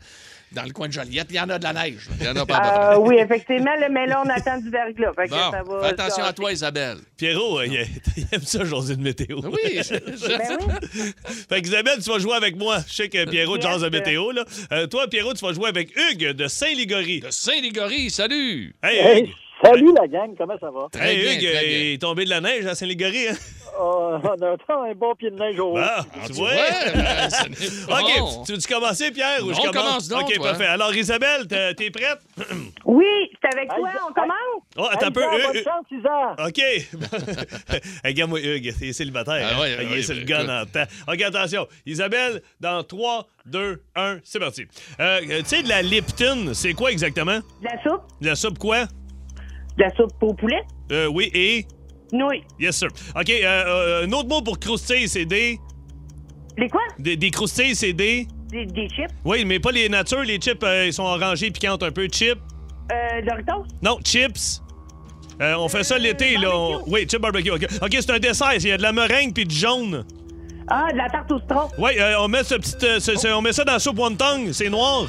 Speaker 1: dans le coin de Joliette, il y en a de la neige. Il y en a pas
Speaker 11: Euh, oui, effectivement, là, mais là, on attend du verglas. Fait que
Speaker 1: Bon,
Speaker 11: ça va,
Speaker 1: fais attention
Speaker 11: ça-
Speaker 1: à toi, Isabelle.
Speaker 2: Pierrot, euh, il, [LAUGHS] il aime ça, jaser de météo.
Speaker 1: [LAUGHS] Oui,
Speaker 11: Ben
Speaker 2: [LAUGHS] Fait qu'Isabelle, tu vas jouer avec moi. Je sais que Pierrot
Speaker 1: Yes.
Speaker 2: jase de météo, là. Euh, toi, Pierrot, tu vas jouer avec Hugues de Saint-Ligorie. De
Speaker 1: Saint-Ligorie, salut!
Speaker 2: Hey,
Speaker 15: Hey,
Speaker 2: Hugues!
Speaker 15: salut la gang, comment ça va? [LAUGHS]
Speaker 2: Hey, Hugues, euh, il est tombé de la neige à Saint-Ligorie, hein?
Speaker 15: Euh, on attend un bon pied de neige au
Speaker 2: Ah, tu vois? [LAUGHS]
Speaker 1: euh,
Speaker 2: OK, tu veux commencer, Pierre, ou
Speaker 15: Non,
Speaker 2: je commence?
Speaker 15: commence donc,
Speaker 2: OK,
Speaker 15: toi.
Speaker 2: parfait. Alors, Isabelle, t'es t'es prête?
Speaker 11: Oui, c'est avec toi, on commence?
Speaker 2: Oh, attends un peu.
Speaker 11: Isa,
Speaker 2: Hugues,
Speaker 11: bonne
Speaker 2: Hugues.
Speaker 11: chance, Isa.
Speaker 2: OK. [LAUGHS] Regarde-moi, Hugues, c'est célibataire.
Speaker 1: Ah ouais,
Speaker 2: hein? Il
Speaker 1: ouais,
Speaker 2: est sur le
Speaker 1: ouais,
Speaker 2: gun
Speaker 1: écoute.
Speaker 2: en temps. OK, attention. Isabelle, dans 3, 2, 1, c'est parti. Euh, tu sais, de la Lipton, c'est quoi exactement?
Speaker 11: De la soupe?
Speaker 2: De la soupe quoi?
Speaker 11: De la soupe au poulet?
Speaker 2: Euh, oui, et?
Speaker 11: Nouilles.
Speaker 2: Yes, sir. OK, euh, euh, un autre mot pour croustilles, c'est des...
Speaker 11: Les quoi?
Speaker 2: Des, des croustilles, c'est des...
Speaker 11: Des, des chips?
Speaker 2: Oui, mais pas les natures. Les chips, euh, ils sont orangés, piquantes un peu. Chips.
Speaker 11: Euh, Doritos?
Speaker 2: Non, chips. Euh, on fait ça l'été, là. on- Oui, chip barbecue. OK, OK, c'est un dessert. Il y a de la meringue puis du jaune.
Speaker 11: Ah, de la tarte au citron?
Speaker 2: Oui, euh, on, met ce petit, euh, ce- ce- on met ça dans la soupe wonton. C'est noir.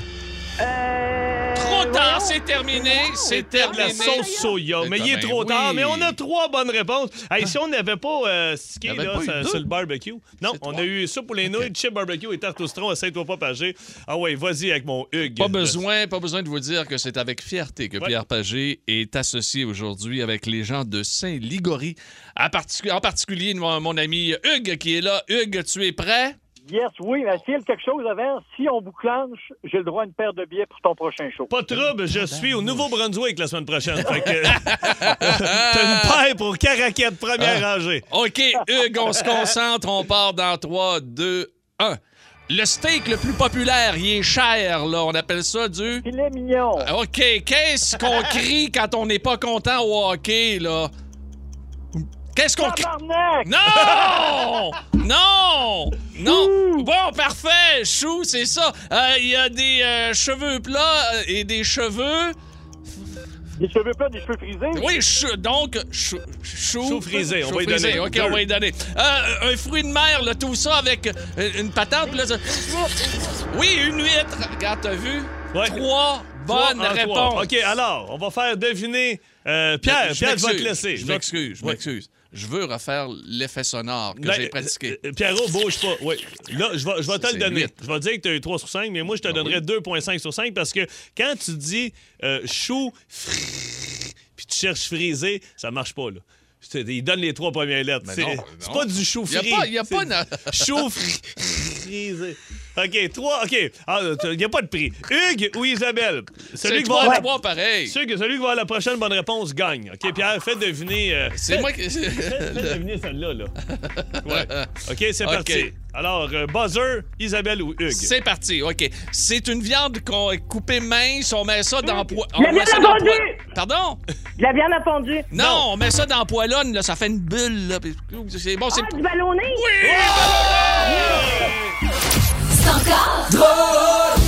Speaker 11: Euh,
Speaker 1: Trop tard, c'est terminé,
Speaker 11: Ah,
Speaker 1: c'est
Speaker 2: De la
Speaker 1: terminé.
Speaker 2: sauce soya. Mais
Speaker 1: Ah,
Speaker 2: il est
Speaker 1: ben
Speaker 2: trop
Speaker 1: oui.
Speaker 2: tard. Mais on a trois bonnes réponses. Hey, si on n'avait pas euh, skié,
Speaker 1: Il y avait
Speaker 2: là,
Speaker 1: pas eu
Speaker 2: sur,
Speaker 1: deux?
Speaker 2: sur le barbecue. Non, on a eu ça pour les nouilles, chip barbecue et tarte au citron à Saint-Ouen-Papagé. Ah ouais, vas-y avec mon Hugues.
Speaker 1: Pas besoin, pas besoin de vous dire que c'est avec fierté que
Speaker 2: Ouais.
Speaker 1: Pierre Pagé est associé aujourd'hui avec les gens de Saint-Ligorie. À particu- en particulier, mon, mon ami Hugues qui est là. Hugues, tu es prêt?
Speaker 15: Yes, oui, mais s'il y a quelque chose avant, si on bouclanche, j'ai le droit à une paire de billets pour ton prochain show.
Speaker 2: Pas de trouble, je suis au Nouveau-Brunswick la semaine prochaine. Fait que [LAUGHS] t'as une paire pour Caraquette, première
Speaker 1: Ah.
Speaker 2: rangée.
Speaker 1: OK, Hugues, on se concentre. On part dans 3, 2, 1. Le steak le plus populaire, il est cher, là. On appelle ça du...
Speaker 15: Filet mignon.
Speaker 11: Euh,
Speaker 1: OK, qu'est-ce
Speaker 2: [LAUGHS]
Speaker 1: qu'on crie quand on n'est pas content au hockey, là? Qu'est-ce qu'on crie? Non! Non! Non! Bon, parfait! Chou, c'est ça. Euh, Il y a des euh, cheveux plats euh, et des cheveux...
Speaker 15: Des cheveux plats, des cheveux frisés?
Speaker 1: Oui, chou- donc, chou, chou,
Speaker 2: Chou frisé, on
Speaker 1: chou
Speaker 2: va y donner.
Speaker 1: frisé, OK, on
Speaker 2: Deux.
Speaker 1: va y donner. Euh, un fruit de mer, là, tout ça avec euh, une patente. Là, ça- Oui, une huître. Regarde, t'as vu? 3,
Speaker 2: Trois
Speaker 1: Bonne
Speaker 2: en trois.
Speaker 1: réponse.
Speaker 2: OK, alors, on va faire deviner. euh,
Speaker 1: je
Speaker 2: Pierre, Pierre, je vais te
Speaker 1: m'excuse,
Speaker 2: laisser.
Speaker 1: Je
Speaker 2: vais-
Speaker 1: m'excuse, je
Speaker 2: Ouais.
Speaker 1: m'excuse. Je veux refaire l'effet sonore que
Speaker 2: Ben,
Speaker 1: j'ai pratiqué.
Speaker 2: euh, Pierrot, bouge pas. Oui. Là, je vais, je vais te
Speaker 1: c'est
Speaker 2: le donner.
Speaker 1: huit. Ben
Speaker 2: Je vais te dire que tu as eu 3 sur 5, mais moi, je te donnerais 2,5 sur 5 parce que quand tu dis euh, chou, fri- puis tu cherches frisé, ça marche pas, là. C'est- Il donne les trois premières lettres.
Speaker 1: Mais
Speaker 2: C'est
Speaker 1: non,
Speaker 2: c'est
Speaker 1: non.
Speaker 2: pas du chou
Speaker 1: Y a
Speaker 2: fri.
Speaker 1: pas- y a pas
Speaker 2: C'est- [LAUGHS] Chou fri- frisé. OK, 3. OK. Ah, Il n'y a pas de prix. Hugues ou Isabelle?
Speaker 1: C'est
Speaker 2: qui va
Speaker 1: trois,
Speaker 2: avoir-
Speaker 1: trois pareil.
Speaker 2: Celui que- celui qui va avoir la prochaine bonne réponse gagne. OK, Pierre, fais deviner. euh,
Speaker 1: [LAUGHS] C'est
Speaker 2: [LAUGHS]
Speaker 1: moi qui-
Speaker 2: Fais, fais deviner celle-là, là.
Speaker 1: [LAUGHS]
Speaker 2: Ouais. OK, c'est
Speaker 1: OK.
Speaker 2: parti. Alors, euh, buzzer, Isabelle ou Hugues?
Speaker 1: C'est parti, OK. C'est une viande qu'on coupée mince, on met ça dans poêle.
Speaker 11: La viande à fondue!
Speaker 1: Pardon?
Speaker 11: De la viande à fondue.
Speaker 1: Non, on met ça dans poêlonne, là, ça fait une bulle, là. puis- C'est bon, c'est.
Speaker 11: Ah, du ballonné? Oui!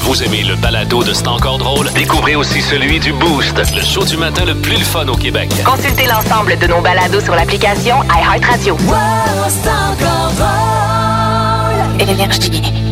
Speaker 6: Vous aimez le balado de C'est encore drôle? Découvrez aussi celui du Boost, le show du matin le plus le fun au Québec.
Speaker 16: Consultez l'ensemble de nos balados sur l'application iHeartRadio.
Speaker 14: Wow, c'est encore drôle. Énergie.